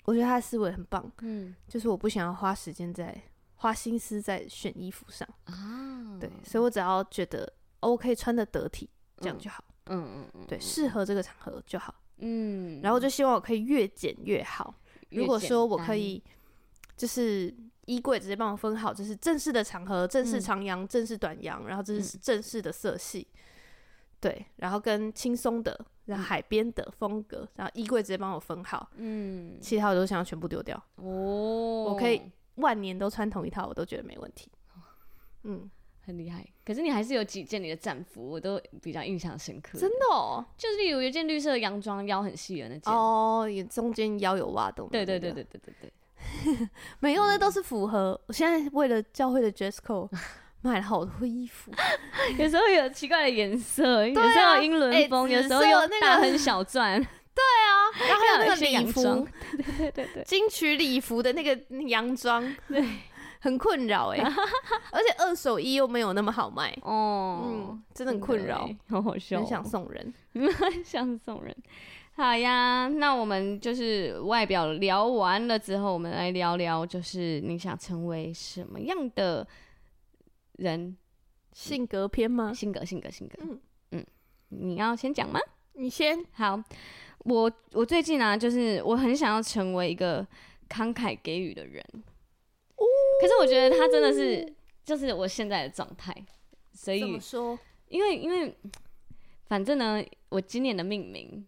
Speaker 2: 我觉得他的思维很棒，
Speaker 1: 嗯
Speaker 2: 就是我不想要花时间在花心思在选衣服上，
Speaker 1: 啊，
Speaker 2: 对，所以我只要觉得 OK 穿的得体，这样
Speaker 1: 嗯
Speaker 2: 就好，
Speaker 1: 嗯嗯嗯，
Speaker 2: 对，适合这个场合就好。
Speaker 1: 嗯，
Speaker 2: 然后就希望我可以越减越好。
Speaker 1: 越嗯
Speaker 2: 如果
Speaker 1: 简
Speaker 2: 说我可
Speaker 1: 单
Speaker 2: 以，就是衣柜直接帮我分好，就是正式的场合、正式
Speaker 1: 嗯
Speaker 2: 长洋、正式短洋，然后这是
Speaker 1: 嗯
Speaker 2: 正式的色系，对，然后跟轻松的，然后海边的风格，然后衣柜直接帮我分好，
Speaker 1: 嗯
Speaker 2: 其他我都想要全部丢掉，
Speaker 1: 哦，
Speaker 2: 我可以万年都穿同一套，我都觉得没问题。嗯，
Speaker 1: 很厉害。可是你还是有几件你的战服，我都比较印象深刻。
Speaker 2: 真的哦，
Speaker 1: 就是例如有一件绿色的洋装，腰很细的那件。
Speaker 2: 哦，也中间腰有挖洞，
Speaker 1: 对对对，对对对对，嗯
Speaker 2: 没有，那都是符合。我现在为了教会的
Speaker 1: <laughs>
Speaker 2: dress code 买了好多衣服，
Speaker 1: 有时候有奇怪的颜色，有
Speaker 2: 啊
Speaker 1: 时候有英伦风，
Speaker 2: 哎
Speaker 1: 有时候
Speaker 2: 紫色
Speaker 1: 又
Speaker 2: 那个啊
Speaker 1: 大亨小篆， <laughs>
Speaker 2: 然后还有那
Speaker 1: 还有
Speaker 2: 个
Speaker 1: 啊一些
Speaker 2: 礼
Speaker 1: 洋
Speaker 2: 服
Speaker 1: 装， <laughs> 对对对，
Speaker 2: <laughs> 金曲礼服的那个洋装，
Speaker 1: <laughs> 对，
Speaker 2: <laughs> 很困扰哎、
Speaker 1: <laughs>
Speaker 2: 而且二手衣又没有那么好卖，
Speaker 1: 哦
Speaker 2: 嗯，，真的很困扰，
Speaker 1: 欸，好好笑哦，
Speaker 2: 很想送人。
Speaker 1: <laughs> 像这种人。好呀，那我们就是外表聊完了之后，我们来聊聊，就是你想成为什么样的人？
Speaker 2: 性格偏吗？
Speaker 1: 性格，性格，性格。嗯
Speaker 2: 嗯
Speaker 1: 你要先讲吗？
Speaker 2: 你先，
Speaker 1: 好，我我最近啊，就是我很想要成为一个慷慨给予的人，
Speaker 2: 哦
Speaker 1: 可是我觉得他真的是就是我现在的状态，所以
Speaker 2: 怎么说？
Speaker 1: 因为因为反正呢，我今年的命名，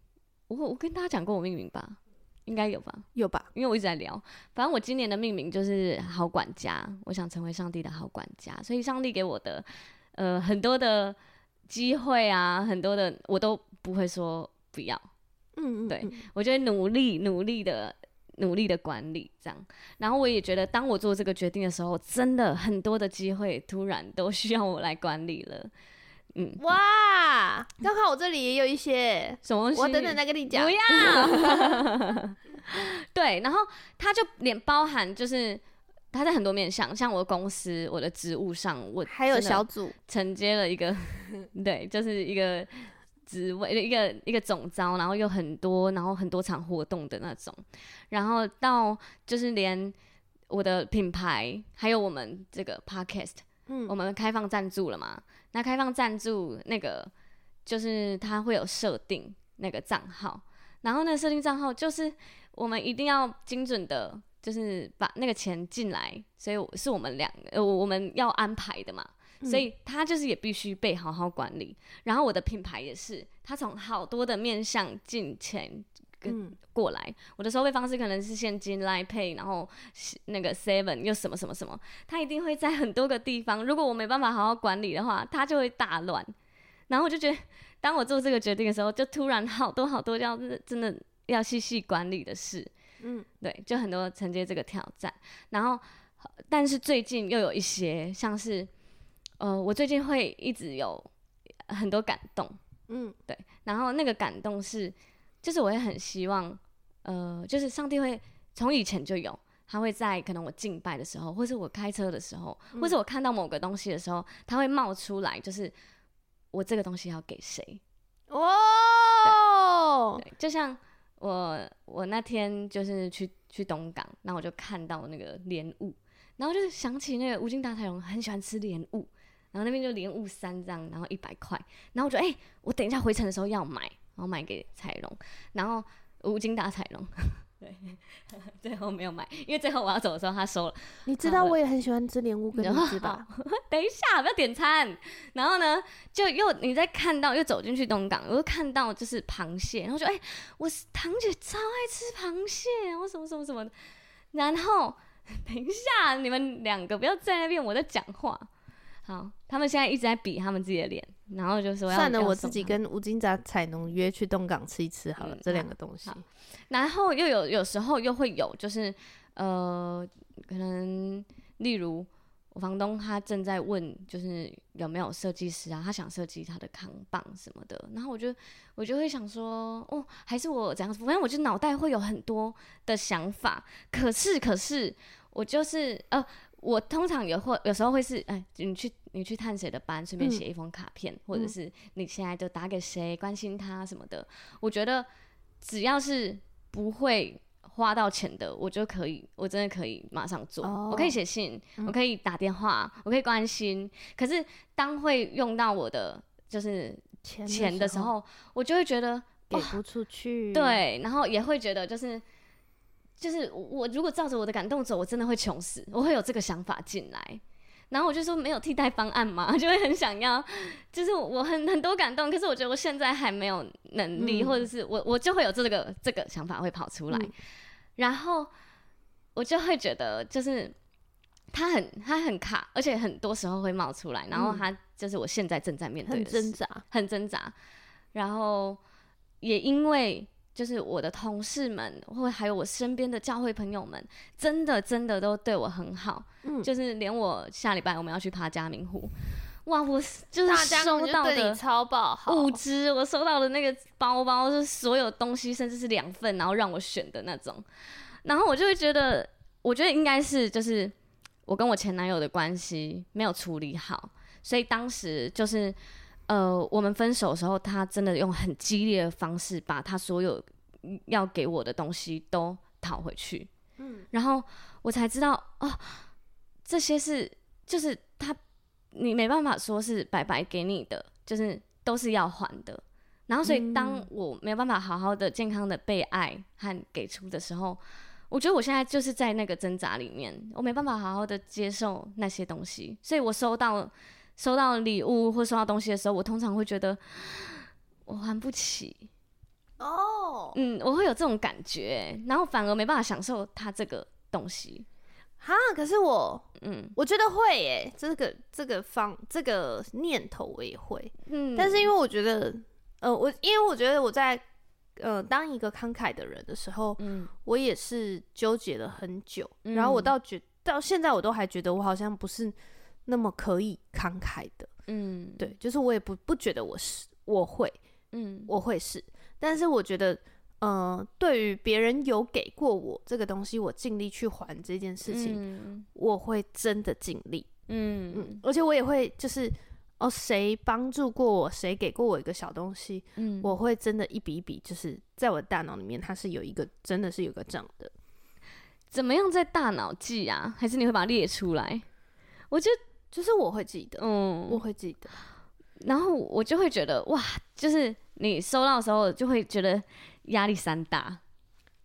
Speaker 1: 我我跟大家讲过我命名吧，应该有吧，
Speaker 2: 有吧？
Speaker 1: 因为我一直在聊。反正我今年的命名就是好管家，我想成为上帝的好管家，所以上帝给我的呃很多的机会啊，很多的我都不会说不要，
Speaker 2: 嗯嗯，
Speaker 1: 对
Speaker 2: 嗯，
Speaker 1: 我觉得努力努力的努力的管理这样。然后我也觉得，当我做这个决定的时候，真的很多的机会突然都需要我来管理了。嗯，
Speaker 2: 哇，刚好我这里也有一些，
Speaker 1: 什么东西？
Speaker 2: 我等等再跟你讲
Speaker 1: 不。要。 <laughs> 对，然后他就连包含就是他在很多面向，像我的公司、我的职务上，我
Speaker 2: 还有
Speaker 1: 真的
Speaker 2: 小组，
Speaker 1: 承接了一个，对，就是一个职位，一个一个总招，然后又很多，然后很多场活动的那种，然后到就是连我的品牌，还有我们这个 podcast，
Speaker 2: 嗯
Speaker 1: 我们开放赞助了嘛？那开放赞助那个就是它会有设定那个账号，然后那个设定账号就是我们一定要精准的，就是把那个钱进来，所以我是我们两呃我我们要安排的嘛，
Speaker 2: 嗯
Speaker 1: 所以他就是也必须被好好管理。然后我的品牌也是，他从好多的面向进钱
Speaker 2: 嗯
Speaker 1: 过来，我的收费方式可能是现金、Line Pay，然后是那个 Seven 又什么什么什么，它一定会在很多个地方。如果我没办法好好管理的话，它就会大乱。然后我就觉得，当我做这个决定的时候，就突然好多好多要真的要细细管理的事，
Speaker 2: 嗯，
Speaker 1: 对，就很多承接这个挑战。然后，呃但是最近又有一些像是，呃，我最近会一直有很多感动，
Speaker 2: 嗯
Speaker 1: 对，然后那个感动是，就是我也很希望呃，就是上帝会从以前就有，他会在可能我敬拜的时候，或是我开车的时候，或是我看到某个东西的时候，他会冒出来，就是我这个东西要给谁。
Speaker 2: 哦，
Speaker 1: 对，就像我我那天就是去去东港，然后我就看到那个莲雾，然后就是想起那个吴京大太龙很喜欢吃莲雾，然后那边就莲雾三张，然后一百块，然后我就哎、我等一下回程的时候要买，然后买给彩龙，然后吴京大彩龙。 <laughs> 对，最后没有买，因为最后我要走的时候他收了。
Speaker 2: 你知
Speaker 1: 嗯
Speaker 2: 道我也很喜欢吃莲雾跟
Speaker 1: 然
Speaker 2: 荔
Speaker 1: <laughs>
Speaker 2: 枝吧？ <laughs>
Speaker 1: 等一下，不要点餐。然后呢，就又你再看到又走进去东港，我又看到就是螃蟹，然后就哎、我是堂姐超爱吃螃蟹，我什么什么什么的。然后等一下，你们两个不要在那边我在讲话。好，他们现在一直在比他们自己的脸，然后就说要
Speaker 2: 算了，
Speaker 1: 要
Speaker 2: 我
Speaker 1: 送
Speaker 2: 自己
Speaker 1: 他们
Speaker 2: 跟吴金杂彩农约去东港吃一吃好了，
Speaker 1: 嗯
Speaker 2: 这两个东西
Speaker 1: 好。然后又有有时候又会有，就是呃，可能例如我房东他正在问，就是有没有设计师啊，他想设计他的扛棒什么的，然后我就我就会想说，哦，还是我怎样，反正我就脑袋会有很多的想法，可是可是我就是呃。我通常也会有时候会是，哎，你去你去探谁的班，顺便
Speaker 2: 嗯
Speaker 1: 写一封卡片，或者
Speaker 2: 嗯
Speaker 1: 是你现在就打给谁，关心他什么的。我觉得只要是不会花到钱的，我就可以，我真的可以马上做。
Speaker 2: 哦
Speaker 1: 我可以写信，
Speaker 2: 嗯
Speaker 1: 我可以打电话，我可以关心。可是当会用到我的就是
Speaker 2: 钱
Speaker 1: 钱的时候，我就会觉得
Speaker 2: 给不出去，，
Speaker 1: 对，然后也会觉得就是。就是我我如果照着我的感动走，我真的会穷死，我会有这个想法进来，然后我就说没有替代方案嘛， <laughs> 就会很想要，就是我很很多感动，可是我觉得我现在还没有能力，
Speaker 2: 嗯
Speaker 1: 或者是我我就会有这个这个想法会跑出来，
Speaker 2: 嗯
Speaker 1: <laughs> 然后我就会觉得就是他很他很卡，而且很多时候会冒出来，然后
Speaker 2: 嗯
Speaker 1: 他就是我现在正在面对
Speaker 2: 很
Speaker 1: 的事
Speaker 2: 挣扎。
Speaker 1: 很挣扎。然后也因为就是我的同事们，或还有我身边的教会朋友们，真的真的都对我很好，
Speaker 2: 嗯，
Speaker 1: 就是连我下礼拜我们要去爬嘉明湖，哇，我是就
Speaker 2: 大
Speaker 1: 是
Speaker 2: 家
Speaker 1: 收到
Speaker 2: 对你
Speaker 1: 的。
Speaker 2: 超爆好，
Speaker 1: 物资，我收到的那个包包是所有东西，甚至是两份，然后让我选的那种。然后我就会觉得，我觉得应该是就是我跟我前男友的关系没有处理好，所以当时就是呃，我们分手的时候，他真的用很激烈的方式把他所有要给我的东西都讨回去。
Speaker 2: 嗯，
Speaker 1: 然后我才知道哦，这些是就是他，你没办法说是白白给你的，就是都是要还的。然后，所以当
Speaker 2: 嗯
Speaker 1: 我没有办法好好的、健康的被爱和给出的时候，我觉得我现在就是在那个挣扎里面，我没办法好好的接受那些东西，所以我收到收到礼物或收到东西的时候，我通常会觉得我还不起，
Speaker 2: 哦，
Speaker 1: 嗯，我会有这种感觉，然后反而没办法享受它这个东西，
Speaker 2: 哈，可是我
Speaker 1: 嗯
Speaker 2: 我觉得会耶，这个这个方这个念头我也会，
Speaker 1: 嗯，
Speaker 2: 但是因为我觉得，呃，我因为我觉得我在呃当一个慷慨的人的时候，
Speaker 1: 嗯
Speaker 2: 我也是纠结了很久，
Speaker 1: 嗯
Speaker 2: 然后我到觉到现在我都还觉得我好像不是那么可以慷慨的，
Speaker 1: 嗯，
Speaker 2: 对，就是我也不不觉得我是我会
Speaker 1: 嗯
Speaker 2: 我会是，但是我觉得。呃，对于别人有给过我这个东西，我尽力去还这件事情，
Speaker 1: 嗯
Speaker 2: 我会真的尽力。嗯
Speaker 1: 嗯，
Speaker 2: 而且我也会就是哦，谁帮助过我，谁给过我一个小东西，
Speaker 1: 嗯，
Speaker 2: 我会真的一笔一笔，就是在我的大脑里面，它是有一个真的是有个账的。
Speaker 1: 怎么样在大脑记啊？还是你会把它列出来？我觉得，
Speaker 2: 就是我会记得，
Speaker 1: 嗯，
Speaker 2: 我会记得，
Speaker 1: 然后我就会觉得哇，就是你收到的时候就会觉得压力山大，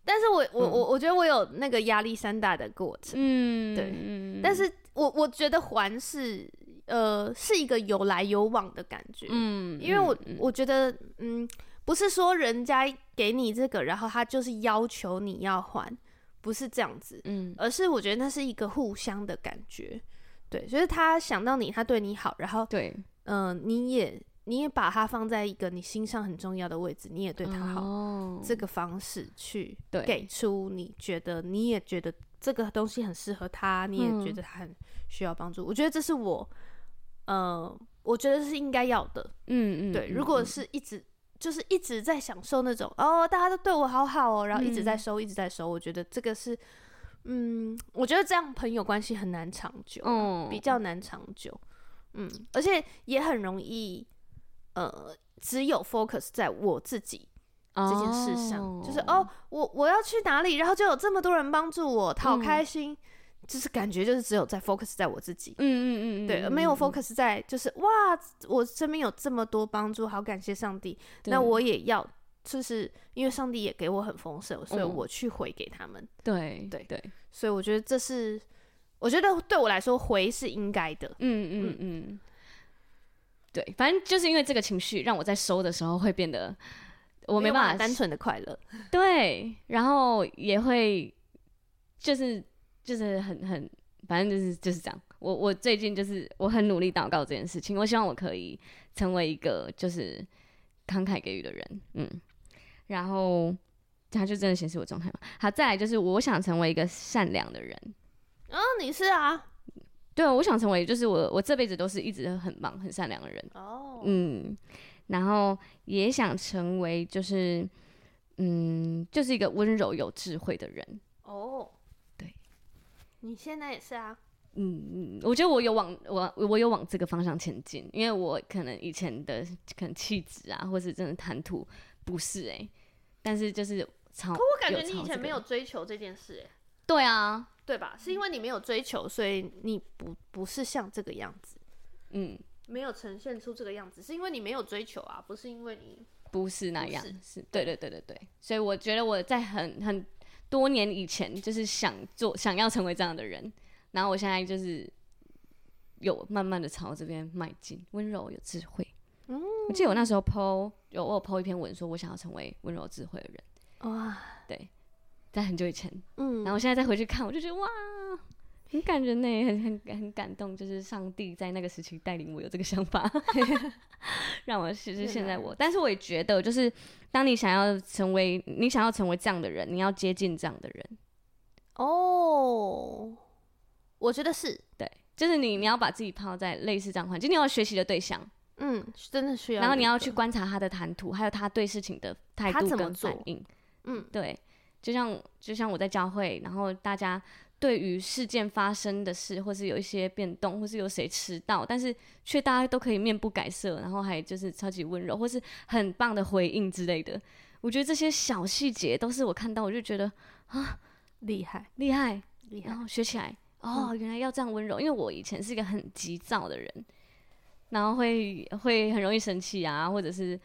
Speaker 2: 但是我我我我觉得我有那个压力山大的过程，
Speaker 1: 嗯，
Speaker 2: 对
Speaker 1: 嗯
Speaker 2: 但是我我觉得还是呃是一个有来有往的感觉，
Speaker 1: 嗯，
Speaker 2: 因为我
Speaker 1: 嗯
Speaker 2: 我觉得嗯不是说人家给你这个，然后他就是要求你要还，不是这样子，
Speaker 1: 嗯
Speaker 2: 而是我觉得那是一个互相的感觉，对，就是他想到你，他对你好，然后
Speaker 1: 对
Speaker 2: 嗯、呃你也你也把他放在一个你心上很重要的位置，你也对他好，
Speaker 1: 哦
Speaker 2: 这个方式去
Speaker 1: 对
Speaker 2: 给出你觉得你也觉得这个东西很适合他，你也
Speaker 1: 嗯
Speaker 2: 觉得他很需要帮助，我觉得这是我，呃，我觉得是应该要的，
Speaker 1: 嗯嗯，
Speaker 2: 对，
Speaker 1: 嗯
Speaker 2: 如果
Speaker 1: 嗯
Speaker 2: 是一直就是一直在享受那种哦，大家都对我好好哦，然后一直在
Speaker 1: 嗯
Speaker 2: 收，一直在收。我觉得这个是，嗯，我觉得这样朋友关系很难长久啊，
Speaker 1: 嗯，
Speaker 2: 比较难长久。嗯，而且也很容易，呃，只有 focus 在我自己这件事上，就是哦，我我要去哪里，然后就有这么多人帮助我，他好
Speaker 1: 嗯
Speaker 2: 开心，就是感觉就是只有在 focus 在我自己。
Speaker 1: 嗯，嗯嗯嗯，
Speaker 2: 对，
Speaker 1: 嗯
Speaker 2: 没有
Speaker 1: 嗯
Speaker 2: focus 在就是哇，我身边有这么多帮助，好感谢上帝。
Speaker 1: 对
Speaker 2: 那我也要，就是因为上帝也给我很丰盛，所以
Speaker 1: 嗯
Speaker 2: 我去回给他们。
Speaker 1: 对
Speaker 2: 对
Speaker 1: 对，
Speaker 2: 所以我觉得这是，我觉得对我来说回是应该的。
Speaker 1: 嗯嗯嗯，对，反正就是因为这个情绪，让我在收的时候会变得我
Speaker 2: 我
Speaker 1: 没啊办法
Speaker 2: 单纯的快乐，
Speaker 1: 对，然后也会就是就是很很，反正就是就是这样。我我最近就是我很努力祷告这件事情，我希望我可以成为一个就是慷慨给予的人，嗯，然后他就真的显示我状态嘛。好，再来就是我想成为一个善良的人，
Speaker 2: 嗯、你是啊，
Speaker 1: 对，我想成为就是我我这辈子都是一直很棒很善良的人，
Speaker 2: 哦，
Speaker 1: 嗯，然后也想成为就是嗯，就是一个温柔有智慧的人。
Speaker 2: 哦，
Speaker 1: 对，
Speaker 2: 你现在也是啊，
Speaker 1: 嗯，嗯，我觉得我有往我我有往这个方向前进，因为我可能以前的可能气质啊，或是真的谈吐不是哎、但是就是朝
Speaker 2: 可我感觉
Speaker 1: 有
Speaker 2: 你以
Speaker 1: 朝
Speaker 2: 前
Speaker 1: 这
Speaker 2: 没
Speaker 1: 个
Speaker 2: 有追求这件事、哎，
Speaker 1: 对啊，
Speaker 2: 对吧？是因为你没有追求，所以你不不是像这个样子，
Speaker 1: 嗯，
Speaker 2: 没有呈现出这个样子，是因为你没有追求啊，不是因为你
Speaker 1: 不是那样
Speaker 2: 不，
Speaker 1: 是对对对对对，所以我觉得我在很很多年以前就是想做想要成为这样的人，然后我现在就是有慢慢的朝这边迈进，温柔有智慧。我记得我那时候 PO 有我有 PO 一篇文，说我想要成为温柔智慧的人，
Speaker 2: 哇，
Speaker 1: 在很久以前。
Speaker 2: 嗯
Speaker 1: 然后我现在再回去看，我就觉得哇，很感人呢，很很很感动，就是上帝在那个时期带领我有这个想法， <laughs> 让我是是现在我。但是我也觉得，就是当你想要成为你想要成为这样的人，你要接近这样的人，
Speaker 2: 哦，我觉得是，
Speaker 1: 对，就是你你要把自己泡在类似这样环境，你要学习的对象，
Speaker 2: 嗯，真的需要。
Speaker 1: 然后你要去，观察他的谈吐，还有他对事情的态
Speaker 2: 他
Speaker 1: 度
Speaker 2: 怎么
Speaker 1: 跟反
Speaker 2: 做
Speaker 1: 应。
Speaker 2: 嗯，
Speaker 1: 对，就像就像我在教会，然后大家对于事件发生的事，或是有一些变动，或是有谁迟到，但是却大家都可以面不改色，然后还就是超级温柔，或是很棒的回应之类的。我觉得这些小细节都是我看到，我就觉得
Speaker 2: 厉害，
Speaker 1: 厉害，
Speaker 2: 厉
Speaker 1: 然，后学起来。哦，原来要这样温柔，因为我以前是一个很急躁的人，然后会会很容易生气啊，或者是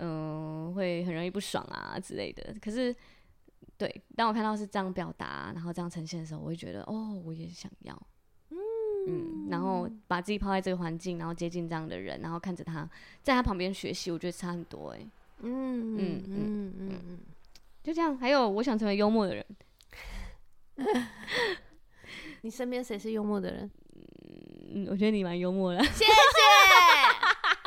Speaker 1: 嗯、会很容易不爽啊之类的。可是，对，当我看到是这样表达，然后这样呈现的时候，我会觉得哦，我也想要，嗯然后把自己泡在这个环境，然后接近这样的人，然后看着他在他旁边学习，我觉得差很多哎、
Speaker 2: 嗯嗯
Speaker 1: 嗯
Speaker 2: 嗯嗯嗯，
Speaker 1: 就这样，还有我想成为幽默的人，
Speaker 2: 你身边谁是幽默的人？
Speaker 1: 嗯，我觉得你蛮幽 <laughs> 默的。
Speaker 2: 谢谢，
Speaker 1: 关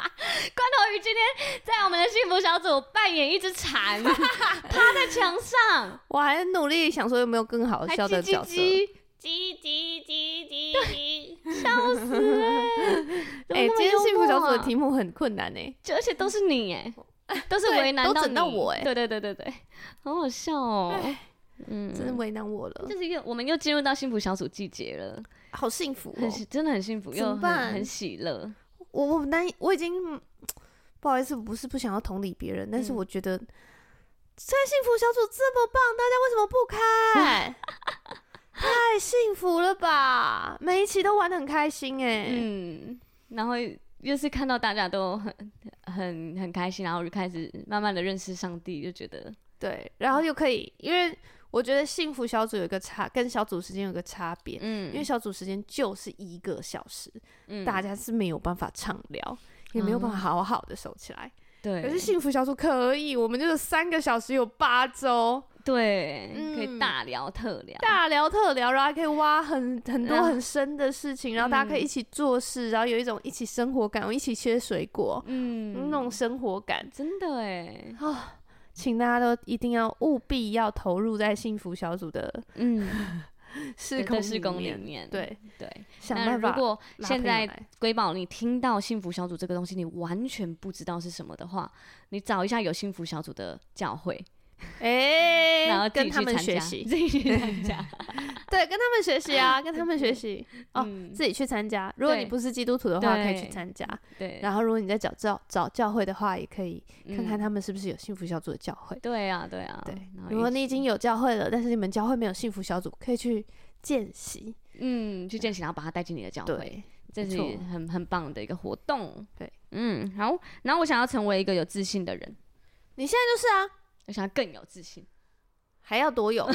Speaker 1: 头鱼今天在我们的幸福小组扮演一只
Speaker 2: <laughs>
Speaker 1: 蝉，趴在墙上，
Speaker 2: 我还努力想说有没有更好
Speaker 1: 还
Speaker 2: 笑
Speaker 1: 叽
Speaker 2: 的
Speaker 1: 叽
Speaker 2: 角色。
Speaker 1: 叽，
Speaker 3: 叽叽叽叽叽。
Speaker 1: 笑死欸！怎么
Speaker 2: <laughs>
Speaker 1: 那
Speaker 2: 哎，
Speaker 1: 么
Speaker 2: 今天幸福小
Speaker 1: 幽
Speaker 2: 组
Speaker 1: 默
Speaker 2: 的
Speaker 1: 啊
Speaker 2: 题目很困难欸呢。
Speaker 1: 就而且都是你
Speaker 2: <laughs>
Speaker 1: 哎，都是
Speaker 2: 对
Speaker 1: 为难
Speaker 2: 都
Speaker 1: 到
Speaker 2: 整到
Speaker 1: 你
Speaker 2: 我哎
Speaker 1: 对对对对对，好好笑哦，嗯，
Speaker 2: 真的为难我了
Speaker 1: 就，是又我们又进入到幸福小组季节了，
Speaker 2: 好幸福
Speaker 1: 很
Speaker 2: 哦！
Speaker 1: 喜真的很幸福，
Speaker 2: 怎么
Speaker 1: 又
Speaker 2: 办
Speaker 1: 很很喜乐，
Speaker 2: 我我难以，我已经不好意思，不是不想要同理别人，但是
Speaker 1: 嗯
Speaker 2: 我觉得在幸福小组这么棒，大家为什么不开？
Speaker 1: <laughs>
Speaker 2: 太幸福了吧！每一期都玩的很开心哎、
Speaker 1: 嗯，然后又是看到大家都很很很开心，然后我就开始慢慢的认识上帝，就觉得
Speaker 2: 对，然后又可以，因为我觉得幸福小组有一个差，跟小组时间有个差别。
Speaker 1: 嗯
Speaker 2: 因为小组时间就是一个小时，
Speaker 1: 嗯
Speaker 2: 大家是没有办法畅聊，也没有办法好好的收起来。
Speaker 1: 对，
Speaker 2: 可是幸福小组可以，我们就是三个小时有八周，
Speaker 1: 对，
Speaker 2: 嗯
Speaker 1: 可以大聊特聊，
Speaker 2: 大聊特聊，然后还可以挖很很多
Speaker 1: 然后
Speaker 2: 很深的事情，然后大家可
Speaker 1: 嗯
Speaker 2: 以一起做事，然后有一种一起生活感，一起切水果、
Speaker 1: 嗯，
Speaker 2: 那种生活感。
Speaker 1: 真的
Speaker 2: <laughs>
Speaker 1: 哎，
Speaker 2: 啊、请大家都一定要务必要投入在幸福小组的
Speaker 1: 嗯，
Speaker 2: 施
Speaker 1: 对
Speaker 2: 工
Speaker 1: 在施工里
Speaker 2: 里
Speaker 1: 面
Speaker 2: 对，
Speaker 1: 对，
Speaker 2: 想
Speaker 1: 那
Speaker 2: 办
Speaker 1: 如
Speaker 2: 法
Speaker 1: 果
Speaker 2: 拉
Speaker 1: 现
Speaker 2: 朋友
Speaker 1: 在
Speaker 2: 来
Speaker 1: 瑰宝你听到幸福小组这个东西，你完全不知道是什么的话，你找一下有幸福小组的教会，
Speaker 2: 哎、
Speaker 1: 然后自
Speaker 2: 跟
Speaker 1: 己
Speaker 2: 他
Speaker 1: 去
Speaker 2: 们
Speaker 1: 参
Speaker 2: 学
Speaker 1: 加，
Speaker 2: 习，
Speaker 1: 自己去
Speaker 2: <laughs>
Speaker 1: 参加。
Speaker 2: 对，跟他们学习
Speaker 1: <laughs>
Speaker 2: 啊，跟他们学习哦，
Speaker 1: 嗯
Speaker 2: 自己去参加。如果你
Speaker 1: 对
Speaker 2: 不是基督徒的话，可以去
Speaker 1: 对
Speaker 2: 参加。
Speaker 1: 对，
Speaker 2: 然后，如果你在找教找教会的话，也可以看
Speaker 1: 嗯。
Speaker 2: 看他们是不是有幸福小组的教会。
Speaker 1: 对啊，对啊，
Speaker 2: 对
Speaker 1: 然后
Speaker 2: 如果
Speaker 1: 一
Speaker 2: 你已经有教会了，但是你们教会没有幸福小组，可以去见习。
Speaker 1: 嗯去见习，然后把他带进你的教哦会，这
Speaker 2: 对，没
Speaker 1: 是
Speaker 2: 错
Speaker 1: 很很棒的一个活动。
Speaker 2: 对，
Speaker 1: 嗯，好，然后我想要成为一个有自信的人，
Speaker 2: 你现在就是啊，
Speaker 1: 我想要更有自信。
Speaker 2: 还要多有。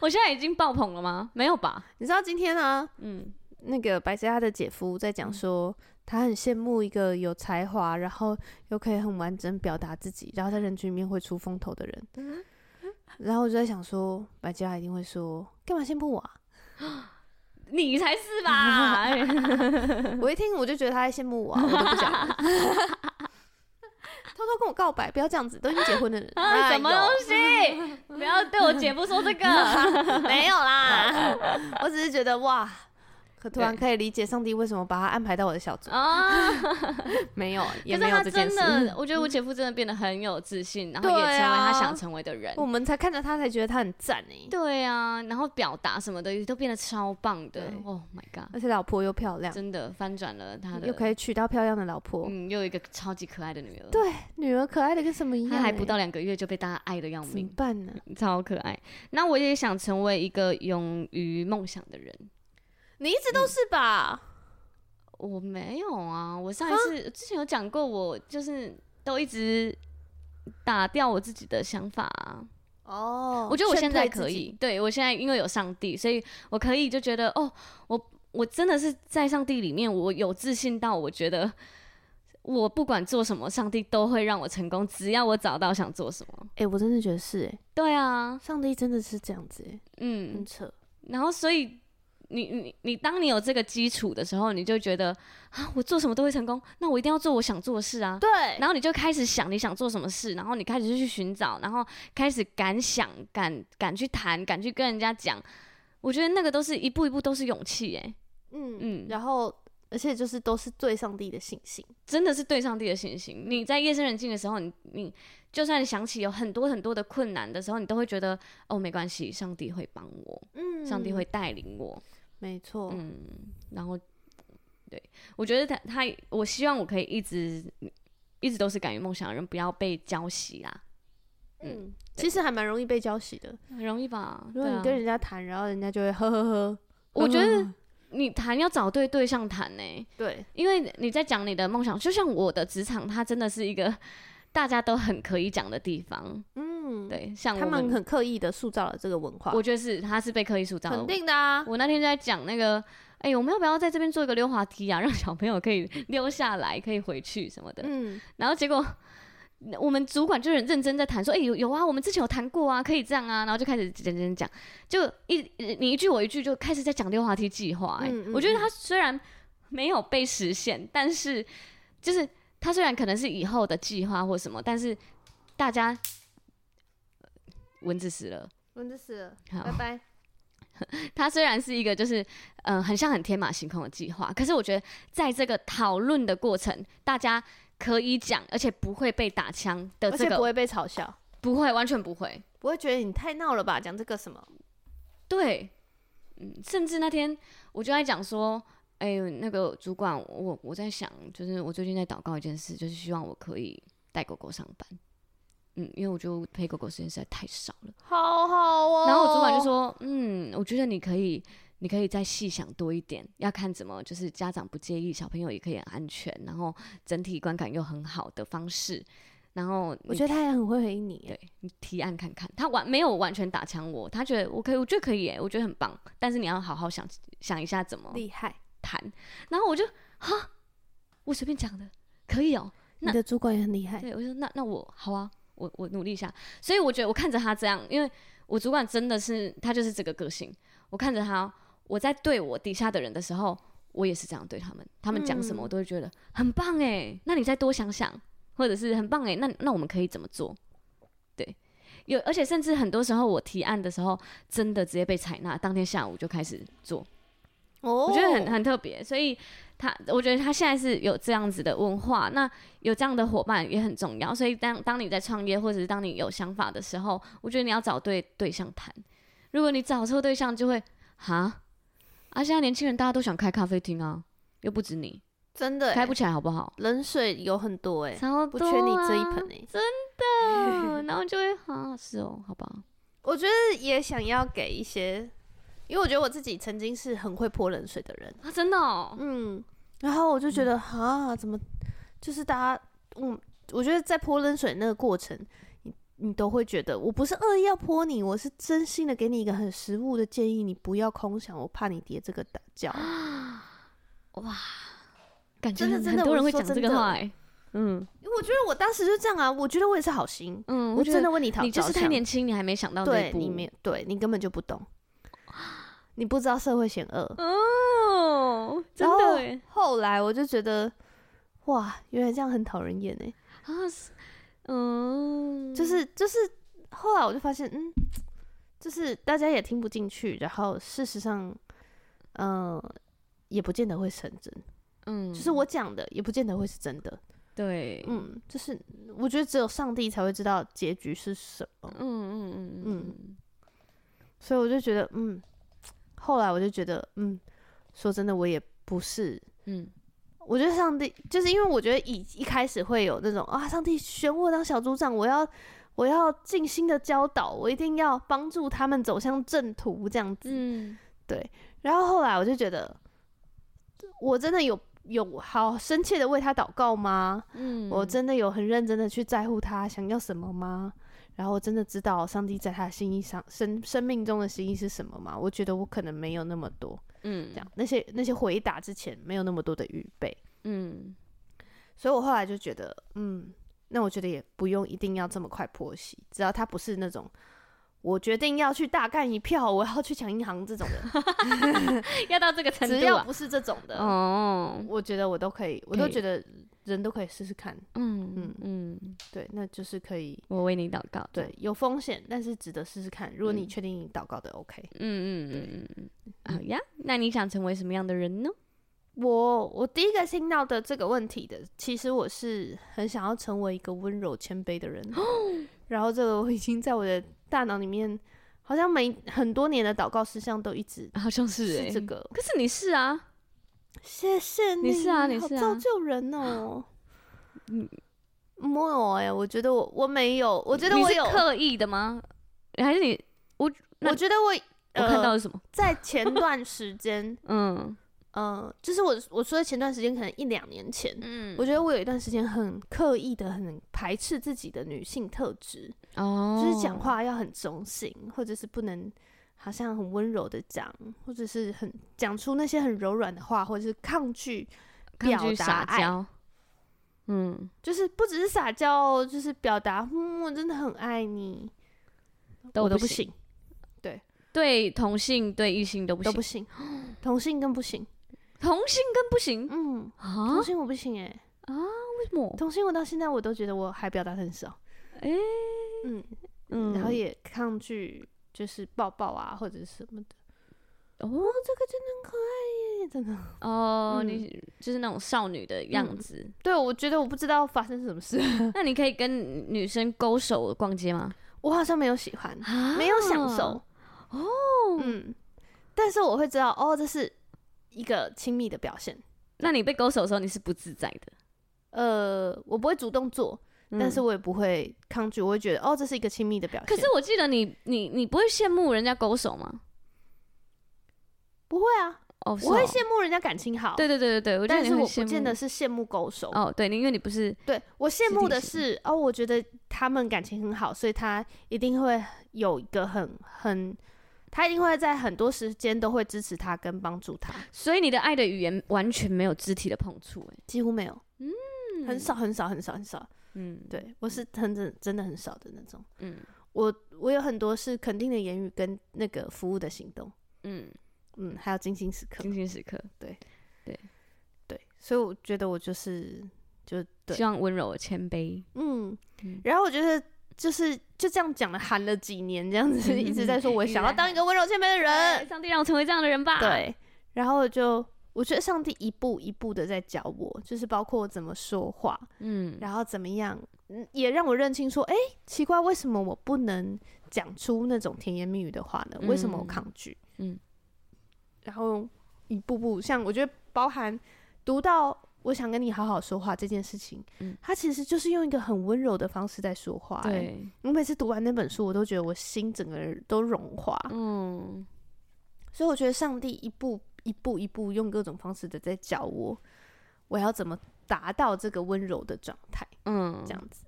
Speaker 1: 我现在已经爆棚了吗？没有吧？
Speaker 2: <laughs> 你知道今天呢，
Speaker 1: 嗯，
Speaker 2: 那个白嘉的姐夫在讲说，他很羡慕一个有才华，然后又可以很完整表达自己，然后在人群里面会出风头的人。
Speaker 1: 嗯
Speaker 2: 然后我就在想说，白嘉一定会说，干嘛羡慕我啊？
Speaker 1: 你才是吧？
Speaker 2: <laughs>
Speaker 1: <laughs>
Speaker 2: 我一听我就觉得他在羡慕我、啊，我都不想
Speaker 1: <laughs>
Speaker 2: <laughs> 偷偷跟我告白，不要这样子，都已经结婚的人，
Speaker 1: <laughs> 啊，
Speaker 2: 哎
Speaker 1: 什么
Speaker 2: 呦
Speaker 1: 东西？不要对我姐夫说这
Speaker 2: <laughs>
Speaker 1: 个。
Speaker 2: 没有啦， <laughs> 我只是觉得哇，可突然可以理解上帝为什么把他安排到我的小组，
Speaker 1: 啊！
Speaker 2: 没有，
Speaker 1: 可
Speaker 2: 也
Speaker 1: 是
Speaker 2: 没有
Speaker 1: 他
Speaker 2: 这件
Speaker 1: 真
Speaker 2: 事。
Speaker 1: 的，我觉得我姐夫真的变得很有自信，然后也
Speaker 2: 对
Speaker 1: 成为他
Speaker 2: 啊
Speaker 1: 想成为的人。
Speaker 2: 我们才看着他才觉得他很赞哎、
Speaker 1: 对啊，然后表达什么的也都变得超棒的
Speaker 2: 对。
Speaker 1: Oh my god！
Speaker 2: 而且老婆又漂亮，
Speaker 1: 真的翻转了他的，
Speaker 2: 又可以娶到漂亮的老婆，
Speaker 1: 嗯，又有一个超级可爱的女儿。
Speaker 2: 对女儿可爱的跟什么一样、
Speaker 1: 他
Speaker 2: 欸，
Speaker 1: 还不到两个月就被大家爱的要
Speaker 2: 怎么
Speaker 1: 命，
Speaker 2: 办呢？
Speaker 1: 超可爱。那我也想成为一个勇于梦想的人。
Speaker 2: 你一直都是吧？
Speaker 1: 我没有啊，我上一次之前有讲过，我就是都一直打掉我自己的想法、啊。
Speaker 2: 哦
Speaker 1: 我觉得我现在可，
Speaker 2: 劝退自己
Speaker 1: 以，对我现在因为有上帝，所以我可以就觉得哦，我我真的是在上帝里面，我有自信到我觉得。我不管做什么，上帝都会让我成功，只要我找到想做什么。
Speaker 2: 哎、我真的觉得是哎、
Speaker 1: 对啊，
Speaker 2: 上帝真的是这样子哎、很
Speaker 1: 嗯，
Speaker 2: 扯。
Speaker 1: 然后所以你你你，当你有这个基础的时候，你就觉得啊，我做什么都会成功，那我一定要做我想做的事啊。
Speaker 2: 对，
Speaker 1: 然后你就开始想你想做什么事，然后你开始就去寻找，然后开始敢想、敢敢去谈、敢去跟人家讲。我觉得那个都是一步一步都是勇气，哎，
Speaker 2: 嗯
Speaker 1: 嗯
Speaker 2: 然后而且就是都是对上帝的信心。
Speaker 1: 真的是对上帝的信心。你在夜深人静的时候，你你就算想起有很多很多的困难的时候，你都会觉得哦，没关系，上帝会帮我，
Speaker 2: 嗯
Speaker 1: 上帝会，带领我，
Speaker 2: 没错，
Speaker 1: 嗯，然后对我觉得他他，我希望我可以一直一直都是敢于梦想的人，不要被浇熄啦，
Speaker 2: 嗯，其实还蛮容易被浇熄的。
Speaker 1: 很容易吧？
Speaker 2: 嗯如果
Speaker 1: 对
Speaker 2: 你
Speaker 1: 啊
Speaker 2: 跟人家谈，然后人家就会呵呵呵。嗯
Speaker 1: 我
Speaker 2: 呵
Speaker 1: 觉
Speaker 2: 呵
Speaker 1: 得
Speaker 2: 呵
Speaker 1: 你谈要找对对象谈呢、
Speaker 2: 对，
Speaker 1: 因为你在讲你的梦想，就像我的职场，它真的是一个大家都很可以讲的地方。
Speaker 2: 嗯，
Speaker 1: 对，像
Speaker 2: 他
Speaker 1: 我
Speaker 2: 们
Speaker 1: 们，
Speaker 2: 很刻意的塑造了这个文化，
Speaker 1: 我觉得是它是被刻意塑造的。
Speaker 2: 肯定的啊。
Speaker 1: 我那天就在讲那个，哎、我们要不要在这边做一个溜滑梯啊，让小朋友可以溜下来，可以回去什么的。
Speaker 2: 嗯，
Speaker 1: 然后结果我们主管就很认真在谈说，哎、有有啊，我们之前有谈过啊，可以这样啊，然后就开始讲讲讲，就一你一句我一句就开始在讲溜滑梯计划、哎、
Speaker 2: 嗯嗯
Speaker 1: 我觉得他虽然没有被实现，但是就是他虽然可能是以后的计划或什么，但是大家。蚊子死了。
Speaker 2: 蚊子死了，
Speaker 1: 好，
Speaker 2: 拜。
Speaker 1: 它虽然是一个就是呃很像很天马行空的计划，可是我觉得在这个讨论的过程，大家可以讲，而且不会被打枪的
Speaker 2: 而
Speaker 1: 这
Speaker 2: 且不
Speaker 1: 个
Speaker 2: 会被嘲笑，
Speaker 1: 不会完全不会。
Speaker 2: 不会觉得你太闹了吧？讲这个什么？
Speaker 1: 对，嗯，甚至那天我就在讲说，哎、那个主管，我我在想，就是我最近在祷告一件事，就是希望我可以带狗狗上班。嗯，因为我觉得我陪狗狗时间实在太少了。
Speaker 2: 好好哦。
Speaker 1: 然后我主管就，说：“嗯，我觉得你可以，你可以再细想多一点，要看怎么就是家长不介意，小朋友也可以很安全，然后整体观感又很好的方式。然后
Speaker 2: 我
Speaker 1: 你
Speaker 2: 觉得他也很会回应你。欸
Speaker 1: 对你提案看看，他完没有完全打枪我，他觉得我可以，我觉得可以耶，我觉得很棒，但是你要好好想想一下怎么
Speaker 2: 厉害，
Speaker 1: 谈。然后我就哈，我随便讲的，可以哦、
Speaker 2: 你
Speaker 1: 那
Speaker 2: 的主管也很厉害。
Speaker 1: 对，我就说那那我好啊，我我努力一下。所以我觉得我看着他这样，因为我主管真的是他就是这个个性。我看着他，我在对我底下的人的时候，我也是这样对他们。他们讲什么，
Speaker 2: 嗯
Speaker 1: 我都会觉得、很棒欸哎，那你再多想想，或者是很棒哎，那那我们可以怎么做？对，有，而且甚至很多时候我提案的时候，真的直接被采纳，当天下午就开始做，
Speaker 2: 哦
Speaker 1: 我觉得很很特别。所以他，我觉得他现在是有这样子的文化，那有这样的伙伴也很重要。所以当当你在创业或者是当你有想法的时候，我觉得你要找对对象谈。如果你找错对象，就会哈啊！现在年轻人大家都想开咖啡厅啊，又不止你，
Speaker 2: 真的欸
Speaker 1: 开不起来好不好？
Speaker 2: 冷水有很多哎，
Speaker 1: 超
Speaker 2: 不
Speaker 1: 多、
Speaker 2: 缺你这一盆哎。
Speaker 1: <laughs> 哦，然后就会啊，是哦，好吧，
Speaker 2: 我觉得也想要给一些，因为我觉得我自己曾经是很会泼冷水的人，
Speaker 1: 啊，真的哦，
Speaker 2: 嗯，然后我就觉
Speaker 1: 嗯
Speaker 2: 得哈、怎么就是大家，嗯，我觉得在泼冷水那个过程，你你都会觉得我不是恶意要泼你，我是真心的给你一个很实务的建议，你不要空想，我怕你跌这个打跤。
Speaker 1: 啊感觉
Speaker 2: 真的
Speaker 1: 很
Speaker 2: 真的
Speaker 1: 很多人
Speaker 2: 我
Speaker 1: 会
Speaker 2: 是说
Speaker 1: 讲这
Speaker 2: 真
Speaker 1: 个
Speaker 2: 的
Speaker 1: 话、欸，嗯
Speaker 2: 因为我觉得我当时就这样啊，我觉得我也是好心，
Speaker 1: 嗯，
Speaker 2: 我
Speaker 1: 觉
Speaker 2: 真
Speaker 1: 得
Speaker 2: 的为你讨
Speaker 1: 你就是
Speaker 2: 着
Speaker 1: 太
Speaker 2: 想
Speaker 1: 年轻，你还没想到那一
Speaker 2: 对
Speaker 1: 步，
Speaker 2: 你没有，对你根本就不懂，你不知道社会险恶。
Speaker 1: 哦，真的欸
Speaker 2: 后来我就觉得，哇，原来这样很讨人厌哎。
Speaker 1: 啊，是嗯，
Speaker 2: 就是就是，后来我就发现，嗯，就是大家也听不进去，然后事实上，嗯、也不见得会成真。
Speaker 1: 嗯，
Speaker 2: 就是我讲的，也不见得会是真的。
Speaker 1: 对，嗯
Speaker 2: 嗯，就是我觉得只有上帝才会知道结局是什么。
Speaker 1: 嗯嗯嗯嗯，
Speaker 2: 所以我就觉得，嗯，后来我就觉得，嗯，说真的，我也不是。
Speaker 1: 嗯
Speaker 2: 我觉得上帝就是因为我觉得以一开始会有那种啊，上帝选我当小组长，我要我要尽心的教导，我一定要帮助他们走向正途这样子。
Speaker 1: 嗯
Speaker 2: 然后后来我就觉得，我真的有有好深切的为他祷告吗？
Speaker 1: 嗯，
Speaker 2: 我真的有很认真的去在乎他想要什么吗？然后我真的知道上帝在他的心意上生生命中的心意是什么吗？我觉得我可能没有那么多
Speaker 1: 嗯
Speaker 2: 这样，那些那些回答之前没有那么多的预备，
Speaker 1: 嗯
Speaker 2: 所以我后来就觉得，嗯，那我觉得也不用一定要这么快剖析，只要他不是那种。我决定要去大干一票，我要去抢银行这种的，
Speaker 1: <laughs> 要到这个程
Speaker 2: 只
Speaker 1: 度
Speaker 2: 要
Speaker 1: 啊，
Speaker 2: 不是这种的，
Speaker 1: 哦，
Speaker 2: 我觉得我都可以，我
Speaker 1: 可
Speaker 2: 都
Speaker 1: 以
Speaker 2: 觉得人都可以试试看。
Speaker 1: 嗯
Speaker 2: 嗯
Speaker 1: 嗯，
Speaker 2: 对，那就是可以，
Speaker 1: 我为你祷告，
Speaker 2: 对，有风险，但是值得试试看。如果你
Speaker 1: 嗯
Speaker 2: 确定你祷告的 OK，
Speaker 1: 嗯，嗯嗯嗯嗯，好呀。那你想成为什么样的人呢？
Speaker 2: 我我第一个听到的这个问题的，其实我是很想要成为一个温柔谦卑的人，然后这个我已经在我的大脑里面，好像每很多年的祷告事项都一直
Speaker 1: 好像是哎、
Speaker 2: 是这个。
Speaker 1: 可是你是啊，
Speaker 2: 谢谢
Speaker 1: 你是啊你
Speaker 2: 好
Speaker 1: 是
Speaker 2: 造
Speaker 1: 啊
Speaker 2: 就人哦。嗯，没有哎、我觉得我我没有，我觉得
Speaker 1: 你
Speaker 2: 我
Speaker 1: 是
Speaker 2: 有，
Speaker 1: 刻意的吗？还是你那
Speaker 2: 我觉得我
Speaker 1: 我
Speaker 2: 呃
Speaker 1: 看到了什么？
Speaker 2: 在前段时间，
Speaker 1: 嗯
Speaker 2: 呃，就是我我说的前段时间，可能一两年前，
Speaker 1: 嗯
Speaker 2: 我觉得我有一段时间很刻意的很排斥自己的女性特质，
Speaker 1: 哦
Speaker 2: 就是讲话要很中性，或者是不能好像很温柔的讲，或者是很讲出那些很柔软的话，或者是抗拒，
Speaker 1: 抗拒
Speaker 2: 表达
Speaker 1: 撒
Speaker 2: 爱
Speaker 1: 娇。嗯，
Speaker 2: 就是不只是撒娇哦，就是表达，嗯，我真的很爱你，我都
Speaker 1: 不
Speaker 2: 不，行，
Speaker 1: 对同性对异性都不
Speaker 2: 都
Speaker 1: 行，
Speaker 2: 不行， <gasps> 同性更不行，
Speaker 1: 同性更不行
Speaker 2: 嗯，
Speaker 1: 啊？
Speaker 2: 同
Speaker 1: 为
Speaker 2: 性我不行哎、
Speaker 1: 什么？
Speaker 2: 同性我到现在我都觉得我还表达得很少，
Speaker 1: 哎、
Speaker 2: 嗯，
Speaker 1: 嗯，
Speaker 2: 然后也抗拒就是抱抱啊或者什么的。
Speaker 1: 哦
Speaker 2: 哦，这个真的很可爱耶，真的。
Speaker 1: 哦，
Speaker 2: 嗯
Speaker 1: 你就是那种少女的样
Speaker 2: 嗯
Speaker 1: 子。
Speaker 2: 对，我觉得我不知道发生什么事， <laughs>
Speaker 1: 那你可以跟女生勾手逛街吗？
Speaker 2: 我好像没有喜欢，
Speaker 1: 啊
Speaker 2: 没有享受。哦，嗯，但是我会知道，哦，这是一个亲密的表现。
Speaker 1: 那你被勾手的时候，你是不自在的，
Speaker 2: 呃，我不会主动做，但是
Speaker 1: 嗯
Speaker 2: 我也不会抗拒，我会觉得，哦，这是一个亲密的表
Speaker 1: 可
Speaker 2: 现。
Speaker 1: 是我记得你，你，你不会羡慕人家勾手吗？
Speaker 2: 不会啊，
Speaker 1: 哦，
Speaker 2: 我会
Speaker 1: 是哦
Speaker 2: 羡慕人家感情好。
Speaker 1: 对。对对对对，我觉得
Speaker 2: 但
Speaker 1: 你
Speaker 2: 是
Speaker 1: 会
Speaker 2: 我
Speaker 1: 羡
Speaker 2: 不见
Speaker 1: 慕
Speaker 2: 得是羡慕勾手，
Speaker 1: 哦，对，你因为你不是
Speaker 2: 对我羡
Speaker 1: 肢
Speaker 2: 慕
Speaker 1: 体
Speaker 2: 的
Speaker 1: 型
Speaker 2: 是，哦，我觉得他们感情很好，所以他一定会有一个很很，他一定会在很多时间都会支持他跟帮助他，
Speaker 1: 所以你的爱的语言完全没有肢体的碰触、欸，
Speaker 2: 几乎没有，
Speaker 1: 嗯
Speaker 2: 很，少很少很少很少。
Speaker 1: 嗯，
Speaker 2: 对我是很真真的很少的那种。
Speaker 1: 嗯
Speaker 2: 我我有很多是肯定的言语跟那个服务的行动，
Speaker 1: 嗯，
Speaker 2: 嗯，还有精心时刻，
Speaker 1: 精心时刻，
Speaker 2: 对，所以我觉得我就是就对
Speaker 1: 希，望温柔谦卑，
Speaker 2: 嗯
Speaker 1: 嗯，
Speaker 2: 然后我觉得就是就这样讲了，喊了几年，这样
Speaker 1: 嗯
Speaker 2: 子一直在说，我
Speaker 1: 一直
Speaker 2: 想要
Speaker 1: 在
Speaker 2: 当一个温柔谦卑的
Speaker 1: 哎
Speaker 2: 人。
Speaker 1: 上帝让我成为这样的人吧。，
Speaker 2: 对，然后我就我觉得上帝一步一步的在教我，就是包括我怎么说话，
Speaker 1: 嗯，
Speaker 2: 然后怎么样，嗯也让我认清说，哎、奇怪，为什么我不能讲出那种甜言蜜语的话呢？为什么我
Speaker 1: 嗯
Speaker 2: 抗拒？
Speaker 1: 嗯
Speaker 2: 然后一步步，像我觉得包含读到我想跟你好好说话这件事情，
Speaker 1: 嗯
Speaker 2: 他其实就是用一个很温柔的方式在说话、哎
Speaker 1: 对，
Speaker 2: 我每次读完那本书，我都觉得我心整个人都融化，
Speaker 1: 嗯，
Speaker 2: 所以我觉得上帝一步一步一步用各种方式的在教我，我要怎么达到这个温柔的状态。
Speaker 1: 嗯，
Speaker 2: 这样子。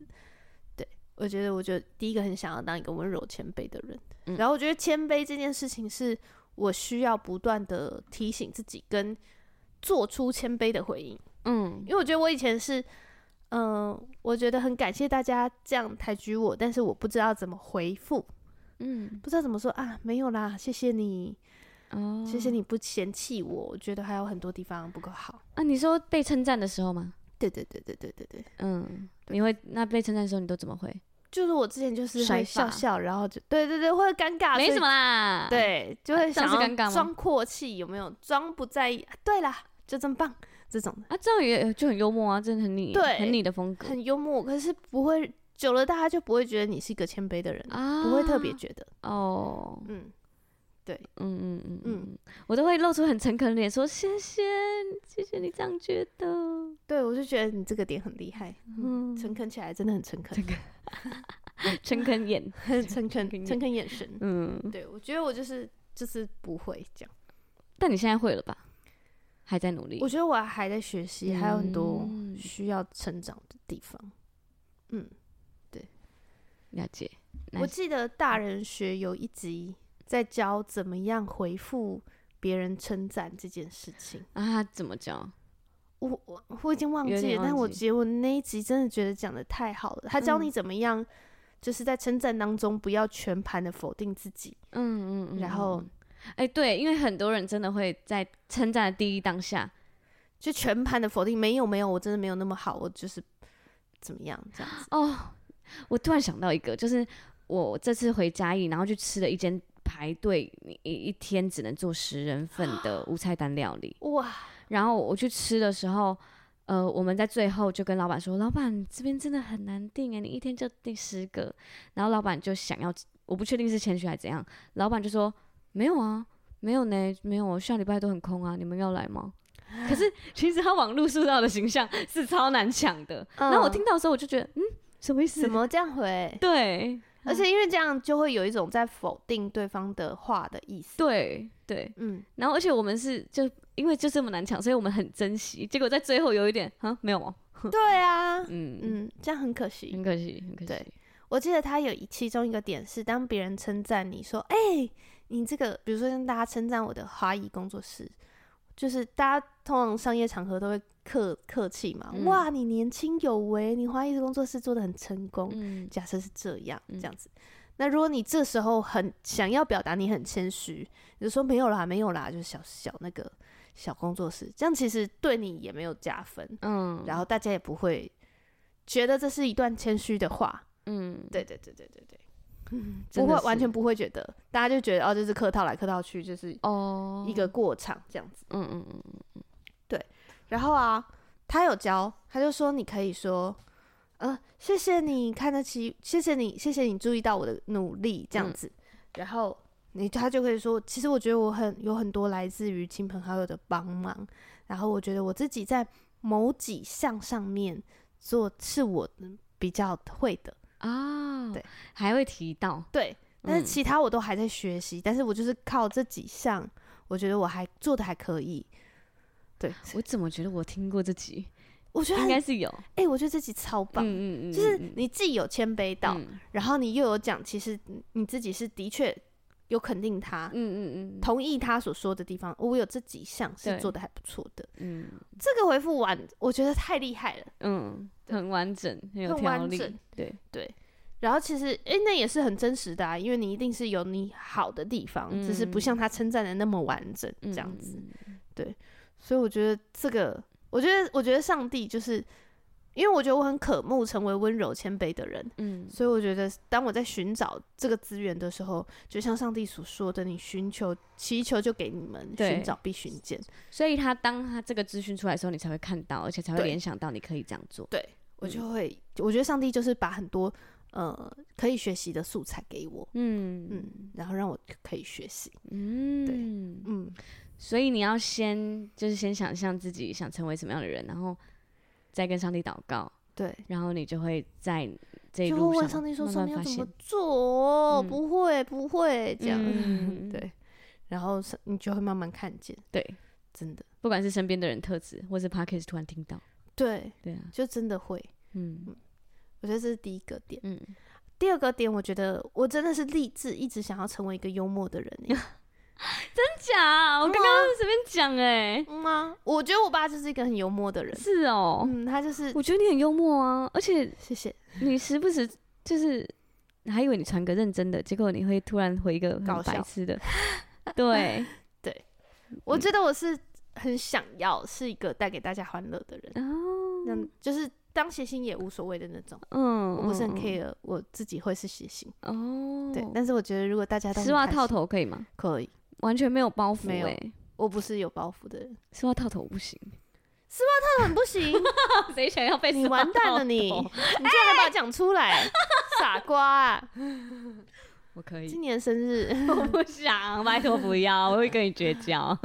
Speaker 2: 对，我觉得，我觉得第一个很想要当一个温柔谦卑的人，
Speaker 1: 嗯
Speaker 2: 然后我觉得谦卑这件事情是我需要不断的提醒自己，跟做出谦卑的回应，
Speaker 1: 嗯，
Speaker 2: 因为我觉得我以前是。嗯、我觉得很感谢大家这样抬举我，但是我不知道怎么回复，
Speaker 1: 嗯，
Speaker 2: 不知道怎么说啊，没有啦，谢谢你，
Speaker 1: 哦，
Speaker 2: 谢谢你不嫌弃我，我觉得还有很多地方不够好。
Speaker 1: 啊！你说被称赞的时候吗？
Speaker 2: 对对对对对对对，
Speaker 1: 嗯，你会那被称赞的时候，你都怎么会？
Speaker 2: 就是我之前就是
Speaker 1: 甩
Speaker 2: 会笑
Speaker 1: 发
Speaker 2: 笑，然后就对对对，会尴尬，
Speaker 1: 没
Speaker 2: 啊所以
Speaker 1: 什么啦。，
Speaker 2: 对，就会
Speaker 1: 这样
Speaker 2: 想
Speaker 1: 是尴尬
Speaker 2: 要
Speaker 1: 吗
Speaker 2: 装阔气，有没有装不在意？啊对啦，就真棒，这种的
Speaker 1: 啊，这样也就很幽默啊，真的很你，
Speaker 2: 对
Speaker 1: 很你的风格
Speaker 2: 很幽默，可是不会久了，大家就不会觉得你是一个谦卑的人，
Speaker 1: 啊，
Speaker 2: 不会特别觉得，
Speaker 1: 哦。
Speaker 2: 嗯，
Speaker 1: 嗯嗯嗯
Speaker 2: 嗯
Speaker 1: 嗯，我都会露出很诚恳的脸说谢谢，谢谢你这样觉得。
Speaker 2: 对我就觉得你这个点很厉害，
Speaker 1: 嗯，
Speaker 2: 诚恳起来真的很诚恳，
Speaker 1: <laughs> 诚恳眼，
Speaker 2: 很诚
Speaker 1: 诚
Speaker 2: 恳，
Speaker 1: 恳
Speaker 2: 诚恳眼神，
Speaker 1: 嗯，
Speaker 2: 对我觉得我就是就是不会这样，
Speaker 1: 但你现在会了吧？还在努力
Speaker 2: 我。觉得我还在学习，还有很多
Speaker 1: 嗯
Speaker 2: 需要成长的地方，嗯。
Speaker 1: 了解。
Speaker 2: 我
Speaker 1: Nice
Speaker 2: 记得大人学有一集在教怎么样回复别人称赞这件事情，
Speaker 1: 啊，怎么教？
Speaker 2: 我我我已经忘
Speaker 1: 有
Speaker 2: 记
Speaker 1: 点
Speaker 2: 了，
Speaker 1: 忘
Speaker 2: 但我
Speaker 1: 记
Speaker 2: 觉得我那一集真的觉得讲的太好了。他教
Speaker 1: 嗯
Speaker 2: 你怎么样，就是在称赞当中不要全盘的否定自己，
Speaker 1: 嗯嗯嗯。
Speaker 2: 然后
Speaker 1: 嗯，哎、对，因为很多人真的会在称赞的第一当下，
Speaker 2: 就全盘的否定，没有没有，我真的没有那么好，我就是怎么样这样子。
Speaker 1: 哦，我突然想到一个，就是我这次回嘉义，然后去吃了一间排队一一天只能做十人份
Speaker 2: <gasps>
Speaker 1: 的无菜单料理。
Speaker 2: 哇，
Speaker 1: 然后我去吃的时候，呃，我们在最后就跟老板说，老板这边真的很难订哎，你一天就订十个。然后老板就想要，我不确定是谦虚还是怎样，老板就说没有啊，没有呢，没有，我下礼拜都很空啊，你们要来吗？ <laughs> 可是其实他网络塑造的形象是超难抢的。然后我
Speaker 2: 嗯
Speaker 1: 听到的时候，我就觉得，嗯，什么意思？
Speaker 2: <laughs> 怎么这样回？ <laughs>
Speaker 1: 对
Speaker 2: 而且因为这样就会有一种在否定对方的话的意思。
Speaker 1: 对对，
Speaker 2: 嗯，
Speaker 1: 然后而且我们是就因为就这么难抢，所以我们很珍惜。结果在最后有一点啊，没有哦，
Speaker 2: 对啊，
Speaker 1: 嗯
Speaker 2: 嗯，这样很可惜。
Speaker 1: 很可惜，很可惜。
Speaker 2: 对我记得他有一其中一个点是，当别人称赞你说：“哎、你这个，比如说像大家称赞我的花艺工作室，就是大家通常商业场合都会客客气嘛，
Speaker 1: 嗯
Speaker 2: 哇，你年轻有为，你花艺工作室做的很成功。
Speaker 1: 嗯
Speaker 2: 假设是这样，这
Speaker 1: 嗯
Speaker 2: 样子。那如果你这时候很想要表达你很谦虚，你就说没有啦，没有啦，就是小小那个小工作室，这样其实对你也没有加分，
Speaker 1: 嗯，
Speaker 2: 然后大家也不会觉得这是一段谦虚的话。
Speaker 1: 嗯，
Speaker 2: 对对对对对对，
Speaker 1: 真
Speaker 2: 不
Speaker 1: 的
Speaker 2: 会完
Speaker 1: 是
Speaker 2: 全不会觉得，大家就觉得哦，就是客套来客套去，就是
Speaker 1: 哦，
Speaker 2: 一个过场这样子。
Speaker 1: 嗯嗯嗯嗯
Speaker 2: 然后啊，他有教，他就说你可以说，呃，谢谢你看得起，谢谢你，谢谢你注意到我的努力这样
Speaker 1: 嗯
Speaker 2: 子。然后你他就可以说，其实我觉得我很有很多来自于亲朋好友的帮忙，然后我觉得我自己在某几项上面做是我比较会的，
Speaker 1: 啊，
Speaker 2: 对，
Speaker 1: 还会提到，
Speaker 2: 对，但是
Speaker 1: 嗯
Speaker 2: 其他我都还在学习，但是我就是靠这几项，我觉得我还做的还可以。对，
Speaker 1: 我怎么觉得我听过这集？
Speaker 2: 我觉得
Speaker 1: 应
Speaker 2: 很
Speaker 1: 该
Speaker 2: 哎、
Speaker 1: 是有，
Speaker 2: 我觉得这集超棒，
Speaker 1: 嗯嗯嗯，
Speaker 2: 就是
Speaker 1: 嗯
Speaker 2: 你既有谦卑到，
Speaker 1: 嗯
Speaker 2: 然后你又有讲，其实你自己是的确有肯定他。
Speaker 1: 嗯嗯嗯
Speaker 2: 同意他所说的地方，我有这几项是
Speaker 1: 对
Speaker 2: 做的还不错的。
Speaker 1: 嗯
Speaker 2: 这个回复完，我觉得太厉害了。
Speaker 1: 嗯，很完整，很有
Speaker 2: 很
Speaker 1: 条
Speaker 2: 完
Speaker 1: 理
Speaker 2: 整，
Speaker 1: 对，
Speaker 2: 然后其实，诶、那也是很真实的啊，因为你一定是有你好的地方，只是不
Speaker 1: 嗯
Speaker 2: 像他称赞的那么完整这
Speaker 1: 嗯
Speaker 2: 样子。，
Speaker 1: 嗯嗯
Speaker 2: 所以我觉得这个，我觉得，我觉得上帝就是因为我觉得我很渴慕成为温柔谦卑的人，
Speaker 1: 嗯，
Speaker 2: 所以我觉得当我在寻找这个资源的时候，就像上帝所说的，你寻求祈求就给你们，
Speaker 1: 对
Speaker 2: 寻找必寻见。
Speaker 1: 所以他当他这个资讯出来的时候，你才会看到，而且才会
Speaker 2: 对
Speaker 1: 联想到你可以这样做。
Speaker 2: 对
Speaker 1: 嗯
Speaker 2: 我就会，我觉得上帝就是把很多呃可以学习的素材给我，
Speaker 1: 嗯
Speaker 2: 嗯，然后让我可以学习，
Speaker 1: 嗯，
Speaker 2: 嗯，
Speaker 1: 所以你要先就是先想象自己想成为什么样的人，然后再跟上帝祷告，
Speaker 2: 对。
Speaker 1: 然后你就会在这一
Speaker 2: 就
Speaker 1: 路
Speaker 2: 会
Speaker 1: 上
Speaker 2: 问上帝说：“
Speaker 1: 慢
Speaker 2: 上
Speaker 1: 慢
Speaker 2: 帝要
Speaker 1: 发
Speaker 2: 怎么
Speaker 1: 现
Speaker 2: 做？哦
Speaker 1: 嗯
Speaker 2: 不会，不会，这样。
Speaker 1: 嗯
Speaker 2: 对，然后是你就会慢慢看见，
Speaker 1: 对，
Speaker 2: 真的，
Speaker 1: 不管是身边的人特质，或是 p a r k e s 突然听到，
Speaker 2: 对，
Speaker 1: 对啊，
Speaker 2: 就真的会。
Speaker 1: 嗯
Speaker 2: 我觉得这是第一个点。
Speaker 1: 嗯，
Speaker 2: 第二个点，我觉得我真的是励志，一直想要成为一个幽默的人欸耶。
Speaker 1: <laughs> 假，我刚刚随便讲哎、
Speaker 2: 嗯啊，我觉得我爸就是一个很幽默的人。
Speaker 1: 是哦、
Speaker 2: 嗯，他就是
Speaker 1: 我觉得你很幽默啊，而且
Speaker 2: 谢谢
Speaker 1: 你时不时就是还以为你传个认真的，结果你会突然回一个很
Speaker 2: 搞笑
Speaker 1: 白痴
Speaker 2: <laughs>
Speaker 1: 的，对，嗯
Speaker 2: 我觉得我是很想要是一个带给大家欢乐的人，
Speaker 1: 然后
Speaker 2: 那、就是当谐星也无所谓的那种。
Speaker 1: 嗯，
Speaker 2: 我不是很
Speaker 1: 嗯
Speaker 2: care 我自己会是谐星，
Speaker 1: 嗯哦，
Speaker 2: 对。但是我觉得如果大家都很
Speaker 1: 丝袜
Speaker 2: 开
Speaker 1: 套
Speaker 2: 心
Speaker 1: 头可以吗？
Speaker 2: 可以，
Speaker 1: 完全没有包袱、欸，
Speaker 2: 没有我不是有包袱的人，
Speaker 1: 丝袜套头不行，
Speaker 2: 那很不行，
Speaker 1: <laughs> 谁想要被
Speaker 2: 你完
Speaker 1: <laughs>
Speaker 2: 蛋了你，你居然没把它讲出来，傻瓜、啊！
Speaker 1: 我可
Speaker 2: 今
Speaker 1: 以，
Speaker 2: 年生日，
Speaker 1: <laughs> 我不想，拜托不要，我会跟你绝
Speaker 2: <laughs>
Speaker 1: 交，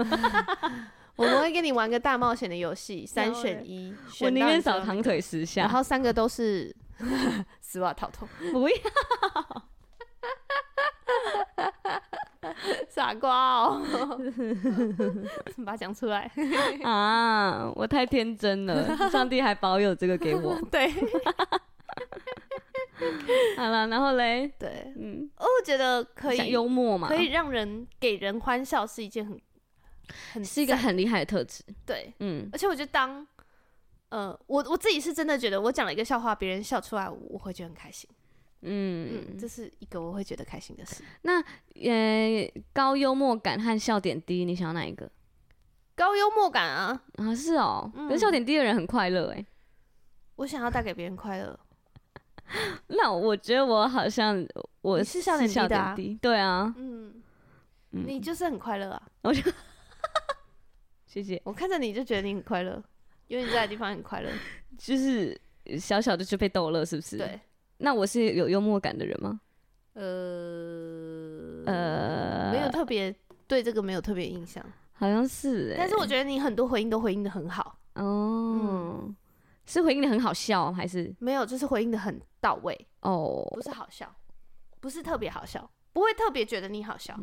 Speaker 2: 我们会跟你玩个大冒险的游戏，三
Speaker 1: 了
Speaker 2: 选一，
Speaker 1: 我
Speaker 2: 选
Speaker 1: 宁
Speaker 2: 到
Speaker 1: 愿
Speaker 2: 你最
Speaker 1: 少
Speaker 2: 后
Speaker 1: 糖
Speaker 2: 那个，
Speaker 1: 腿十
Speaker 2: 然
Speaker 1: <laughs> 下，
Speaker 2: 后三个都是 <laughs> 丝袜套头，
Speaker 1: 不要，
Speaker 2: 傻瓜 <laughs> 哦，把它讲出来，
Speaker 1: 啊，我太天真
Speaker 2: <laughs>
Speaker 1: 了，上帝还保有这个给我。
Speaker 2: 对
Speaker 1: 好了，然后嘞，
Speaker 2: 对，
Speaker 1: 嗯，
Speaker 2: 哦，我觉得可
Speaker 1: 像
Speaker 2: 以，
Speaker 1: 幽默嘛，
Speaker 2: 可以让人给人欢笑是一件很很
Speaker 1: 是一个
Speaker 2: 赞
Speaker 1: 很厉害的特质。
Speaker 2: 对
Speaker 1: 嗯，
Speaker 2: 而且我觉得当，呃，我我自己是真的觉得，我讲了一个笑话，别人笑出来，我会觉得很开心。嗯，
Speaker 1: 嗯，
Speaker 2: 这是一个我会觉得开心的事。
Speaker 1: 呃，高幽默感和笑点低，你想要哪一个？
Speaker 2: 高幽默感啊，
Speaker 1: 啊，是哦，
Speaker 2: 嗯
Speaker 1: 可是笑点低的人很快乐哎。
Speaker 2: 我想要带给别人快乐。
Speaker 1: 那我觉得我好像我
Speaker 2: 你是笑点低的啊
Speaker 1: 低对啊，
Speaker 2: 嗯，
Speaker 1: 嗯
Speaker 2: 你就是很快乐啊，
Speaker 1: 谢谢，
Speaker 2: 我看着你就觉得你很快乐，因为你在的地方很快乐。
Speaker 1: 就是小小的就被逗乐，是不是？。
Speaker 2: 对，
Speaker 1: 那我是有幽默感的人吗？
Speaker 2: 呃
Speaker 1: 呃，
Speaker 2: 没有，特别对这个没有特别印象，
Speaker 1: 好像是哎。
Speaker 2: 但是我觉得你很多回应都回应的很好，
Speaker 1: 哦，
Speaker 2: 嗯
Speaker 1: 是回应的很好笑还是
Speaker 2: 没有就是回应的很到位，
Speaker 1: 哦？
Speaker 2: 不是好笑，不是特别好笑，不会特别觉得你好笑。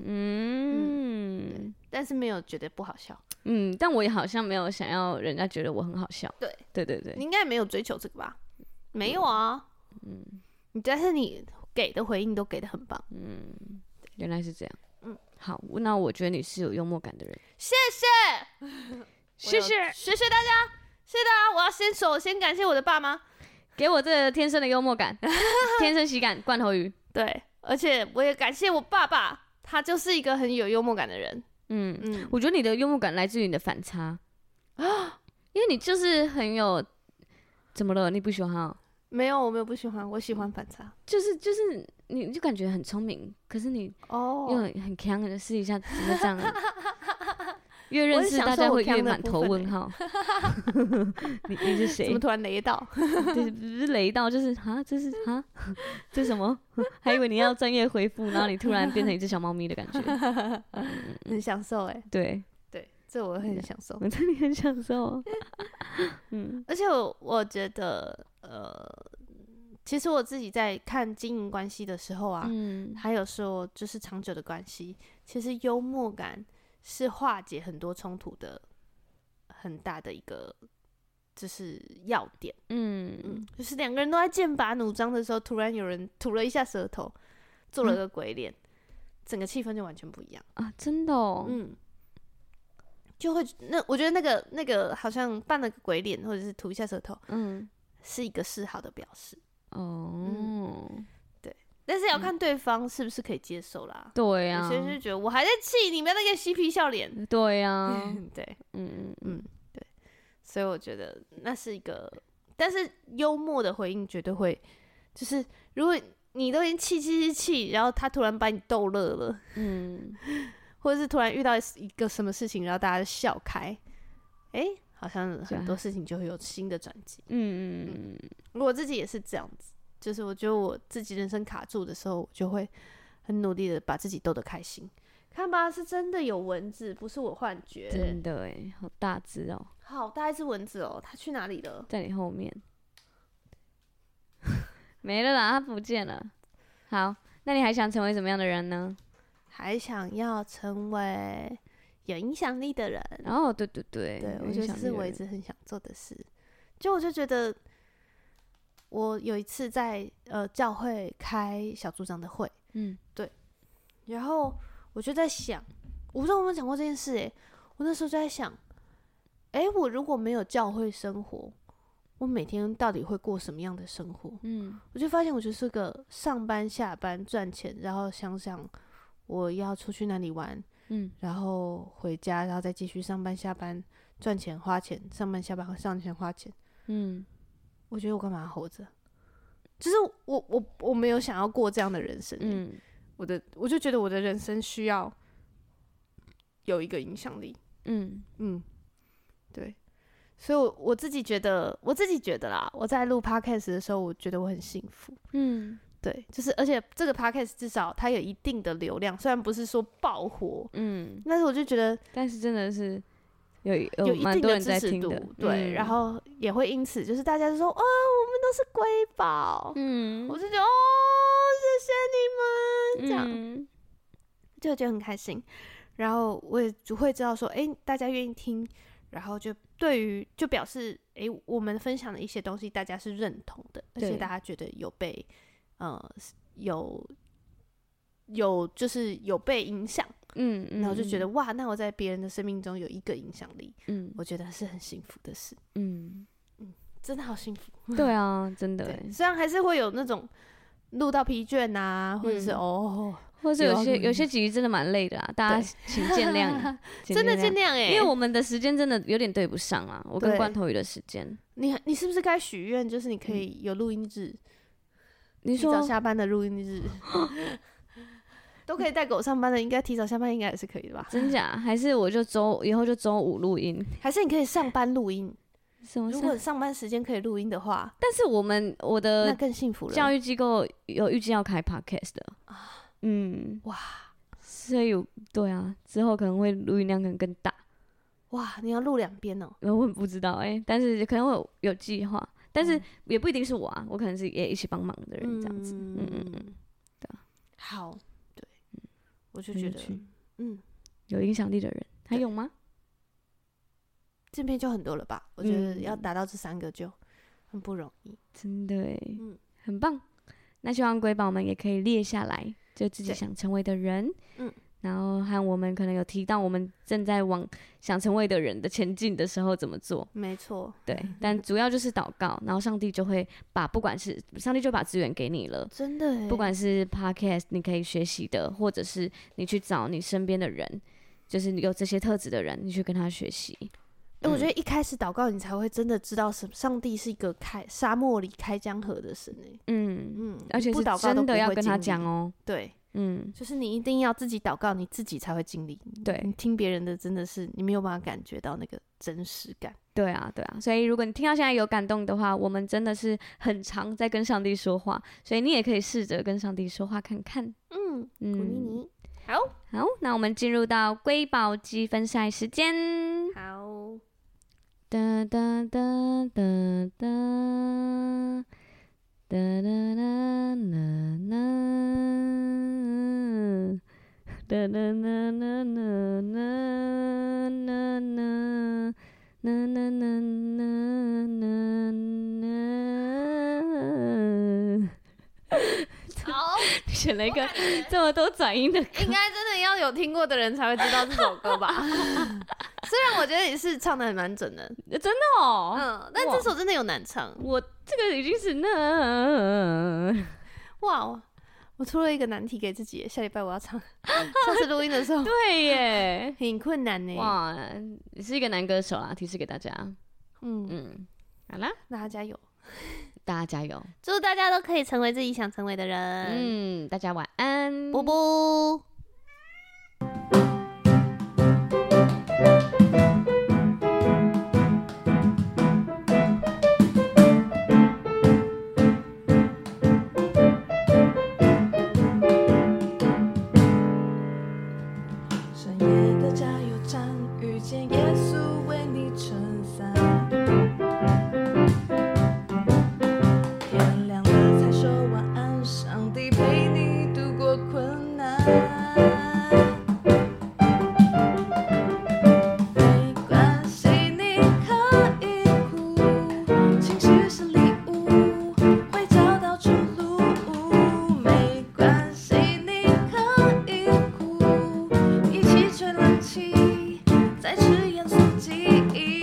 Speaker 1: 嗯
Speaker 2: 但是没有觉得不好笑。
Speaker 1: 嗯，但我也好像没有想要人家觉得我很好笑。
Speaker 2: 对
Speaker 1: 对对对嗯
Speaker 2: 你，应该也没有追求这个吧？没有啊，嗯，但是你给的回应都给的很棒，
Speaker 1: 原来是这样。嗯
Speaker 2: 嗯，
Speaker 1: 好，那我觉得你是有幽默感的人，
Speaker 2: 谢谢，
Speaker 1: 谢
Speaker 2: 我有
Speaker 1: 谢，
Speaker 2: 谢谢大家，谢谢大家，我要先首先感谢我的爸妈，
Speaker 1: 给我这天生的幽默
Speaker 2: <laughs>
Speaker 1: 感，天生喜感罐头鱼。
Speaker 2: 对，而且我也感谢我爸爸，他就是一个很有幽默感的人，
Speaker 1: 嗯，
Speaker 2: 嗯，
Speaker 1: 我觉得你的幽默感来自于你的反差 <gasps> 啊，因为你就是很有，怎么了？你不喜欢哦？
Speaker 2: 没有，我没有不喜欢，我喜欢反差
Speaker 1: 就是就是，你就感觉很聪明，可是你又
Speaker 2: 哦，
Speaker 1: 很强的试一下，怎么这样啊？ <laughs> 越认
Speaker 2: 是
Speaker 1: 识
Speaker 2: 想
Speaker 1: 大
Speaker 2: 说
Speaker 1: 家
Speaker 2: 我
Speaker 1: 会
Speaker 2: 强
Speaker 1: 越
Speaker 2: 的
Speaker 1: 满
Speaker 2: 部
Speaker 1: 头
Speaker 2: 分
Speaker 1: 问 <laughs>
Speaker 2: 欸
Speaker 1: 号。你你是 <laughs>
Speaker 2: 怎
Speaker 1: 谁
Speaker 2: 么？突然雷到？
Speaker 1: 对，不是雷到，就是啊，这是啊， <laughs> 这是什么？ <laughs> 还以为你要专业回复，然后你突然变成一只小猫咪的感 <laughs> 觉。
Speaker 2: <laughs> 很享受哎、
Speaker 1: 对， <laughs>
Speaker 2: 对，这我很享受，
Speaker 1: 我真的很享受。哦
Speaker 2: 而且我我觉得呃，其实我自己在看经营关系的时候啊，
Speaker 1: 嗯，
Speaker 2: 还有说，就是长久的关系，其实幽默感是化解很多冲突的很大的一个就是要点。
Speaker 1: 嗯
Speaker 2: 嗯，就是两个人都在剑拔弩张的时候，突然有人 <laughs> 吐了一下舌头，做了
Speaker 1: 嗯
Speaker 2: 个鬼脸，整个气氛就完全不一样。
Speaker 1: 啊，真的哦，
Speaker 2: 嗯，就会那我觉得那个那个好像扮了个鬼脸，或者是吐一下舌头，
Speaker 1: 嗯，
Speaker 2: 是一个示好的表示，
Speaker 1: 哦，
Speaker 2: 嗯但是要看对方是不是可以接受啦。
Speaker 1: 嗯对啊嗯呀
Speaker 2: 有些，人就觉得我还在气，你们那个嬉皮笑脸。 <laughs>
Speaker 1: 对呀，啊
Speaker 2: 对，
Speaker 1: 嗯嗯嗯
Speaker 2: 所以我觉得那是一个，但是幽默的回应绝对会，就是如果你都已经气气气气，然后他突然把你逗乐了，
Speaker 1: 嗯，
Speaker 2: 或者是突然遇到一个什么事情，然后大家就笑开，哎、好像
Speaker 1: 对
Speaker 2: 很多事情就会有新的转机。
Speaker 1: 嗯嗯嗯，
Speaker 2: 我自己也是这样子，就是我觉得我自己人生卡住的时候，我就会很努力的把自己逗得开心。看吧，是真的有蚊子，不是我幻觉。
Speaker 1: 真的哎，好大只哦，
Speaker 2: 好大一只蚊子哦，它去哪里了？
Speaker 1: 在你后面， <laughs> 没了啦，它不见了。好，那你还想成为什么样的人呢？
Speaker 2: 还想要成为有影响力的人。
Speaker 1: 哦，对对对，
Speaker 2: 对，
Speaker 1: 有
Speaker 2: 我
Speaker 1: 影
Speaker 2: 觉得这
Speaker 1: 响
Speaker 2: 是
Speaker 1: 力的
Speaker 2: 我一
Speaker 1: 人
Speaker 2: 直很想做的事。就我就觉得，我有一次在呃教会开小组长的会，
Speaker 1: 嗯，
Speaker 2: 然后我就在想，我不知道我们讲过这件事诶、我那时候就在想，诶、我如果没有教会生活，我每天到底会过什么样的生活？
Speaker 1: 嗯
Speaker 2: 我就发现我就是个上班下班赚钱，然后想想我要出去哪里玩，
Speaker 1: 嗯
Speaker 2: 然后回家，然后再继续上班下班赚钱花钱，上班下班上钱花钱。
Speaker 1: 嗯，
Speaker 2: 我觉得我干嘛活着？就是我我我没有想要过这样的人生，
Speaker 1: 嗯，
Speaker 2: 我的我就觉得我的人生需要有一个影响力，
Speaker 1: 嗯，
Speaker 2: 嗯，对，所以我，我自己觉得，我自己觉得啦，我在录 podcast 的时候，我觉得我很幸福，
Speaker 1: 嗯，
Speaker 2: 对，就是而且这个 podcast 至少它有一定的流量，虽然不是说爆火，
Speaker 1: 嗯，
Speaker 2: 但是我就觉得
Speaker 1: 但是真的是有
Speaker 2: 有
Speaker 1: 有
Speaker 2: 一
Speaker 1: 蛮
Speaker 2: 定
Speaker 1: 多
Speaker 2: 的
Speaker 1: 人在
Speaker 2: 支持
Speaker 1: 听
Speaker 2: 度
Speaker 1: 的，，
Speaker 2: 对，
Speaker 1: 嗯
Speaker 2: 然后也会因此就是大家就说，哦，我们都是瑰宝，
Speaker 1: 嗯，
Speaker 2: 我就觉得哦，谢谢你们，这样，
Speaker 1: 嗯
Speaker 2: 就觉得很开心。然后我也只会知道说，诶，大家愿意听，然后就对于就表示，诶，我们分享的一些东西大家是认同的，而且
Speaker 1: 对
Speaker 2: 大家觉得有被，呃，有有就是有被影响，
Speaker 1: 嗯，嗯
Speaker 2: 然后就觉得、，哇，那我在别人的生命中有一个影响力，
Speaker 1: 嗯
Speaker 2: 我觉得是很幸福的事，
Speaker 1: 嗯，
Speaker 2: 真的好幸福。
Speaker 1: 对啊，真的
Speaker 2: 对，
Speaker 1: 欸，
Speaker 2: 虽然还是会有那种录到疲倦啊，或者是、
Speaker 1: 嗯
Speaker 2: 哦，
Speaker 1: 或者
Speaker 2: 有啊
Speaker 1: 有些
Speaker 2: 嗯
Speaker 1: 有些集真的蛮累的啦，大家请见 <laughs> 谅，
Speaker 2: 真的见
Speaker 1: 谅。
Speaker 2: 谅哎，
Speaker 1: 因为我们的时间真的有点对不上啊，我跟
Speaker 2: 对
Speaker 1: 关头宇的时间，
Speaker 2: 你你是不是该许愿，就是你可以有录音日，
Speaker 1: 你
Speaker 2: 提早
Speaker 1: 说
Speaker 2: 下班的录音日，都可以带狗上班的，应该提早下班应该也是可以的吧？
Speaker 1: 真假？还是我就周以后就周五录音？
Speaker 2: <laughs> 还是你可以上班录音？
Speaker 1: 什么
Speaker 2: 如
Speaker 1: 上
Speaker 2: 果上班时间可以录音的话，
Speaker 1: 但是我们我
Speaker 2: 那
Speaker 1: 的
Speaker 2: 更幸福了。
Speaker 1: 教
Speaker 2: 呃育
Speaker 1: 育机构有预计要开 podcast 的嗯，
Speaker 2: 哇
Speaker 1: 所以有对啊，之后可能会录音量可能更大，
Speaker 2: 哇，你要录两边哦，
Speaker 1: 呃我也不知道哎、但是可能会有有计划，但是也不一定是我啊，我可能是也一起帮忙的人这样子，嗯嗯嗯，
Speaker 2: 嗯，
Speaker 1: 对啊
Speaker 2: 好，对，我就
Speaker 1: 很
Speaker 2: 觉
Speaker 1: 有
Speaker 2: 得
Speaker 1: 趣，
Speaker 2: 嗯，
Speaker 1: 有影响力的人还有吗？
Speaker 2: 这边就很多了吧？我觉得
Speaker 1: 嗯
Speaker 2: 要达到这三个就很不容易。
Speaker 1: 真的哎、
Speaker 2: 嗯
Speaker 1: 很棒。那希望瑰宝们也可以列下来，就自己
Speaker 2: 对
Speaker 1: 想成为的人，
Speaker 2: 嗯，
Speaker 1: 然后和我们可能有提到，我们正在往想成为的人的前进的时候怎么做，
Speaker 2: 没错，
Speaker 1: <laughs> 对，但主要就是祷告，然后上帝就会把不管是上帝就把资源给你了，
Speaker 2: 真的欸，
Speaker 1: 不管是 podcast 你可以学习的，或者是你去找你身边的人，就是你有这些特质的人，你去跟他学习。
Speaker 2: 欸我觉
Speaker 1: 嗯
Speaker 2: 得一开始祷告，你才会真的知道什上帝是一个开沙漠里开江河的神欸
Speaker 1: 嗯，
Speaker 2: 嗯，
Speaker 1: 而且
Speaker 2: 你不
Speaker 1: 是
Speaker 2: 祷告都
Speaker 1: 真的
Speaker 2: 不
Speaker 1: 要
Speaker 2: 会
Speaker 1: 跟他
Speaker 2: 经历
Speaker 1: 讲。哦，
Speaker 2: 对，
Speaker 1: 嗯，
Speaker 2: 就是你一定要自己祷告，你自己才会经历。
Speaker 1: 对
Speaker 2: 你听别人的真的是你没有办法感觉到那个真实感。
Speaker 1: 对啊，对啊，所以如果你听到现在有感动的话，我们真的是很常在跟上帝说话，所以你也可以试着跟上帝说话看看。
Speaker 2: 嗯，
Speaker 1: 嗯，
Speaker 2: 鼓励你。
Speaker 1: <laughs> 好，那我们进入到瑰宝积分赛时间。
Speaker 2: <laughs> 好，
Speaker 1: 哒哒哒哒哒哒哒哒哒哒哒哒哒哒哒哒哒啦啦啦啦啦啦！
Speaker 3: 好，
Speaker 1: 选了一个这么多转音的歌，
Speaker 2: 应该真的要有听过的人才会知道这首歌吧。 <laughs> 虽然我觉得也是唱的还蛮准的，
Speaker 1: 真的哦，
Speaker 2: 嗯，但这首真的有难唱。
Speaker 1: 我这个已经是那
Speaker 2: 哇，我我出了一个难题给自己耶，下礼拜我要唱。 <laughs> 上次录音的时 <laughs> 候
Speaker 1: 对耶，
Speaker 2: 很困难呢。
Speaker 1: 啊哇，你是一个男歌手啦，提示给大家。
Speaker 2: 嗯，
Speaker 1: 嗯，好啦，
Speaker 2: 那他加油。
Speaker 1: 大家加油！
Speaker 2: 祝大家都可以成为自己想成为的人。
Speaker 1: 嗯，大家晚安，
Speaker 2: 布布。
Speaker 4: 深夜的加油站，遇见耶稣为你撑伞。天亮了才说晚安，上帝陪你度过困难。没关系，你可以哭，情绪是礼物，会找到出路。没关系，你可以哭，一起吹冷气，再吃盐酥鸡。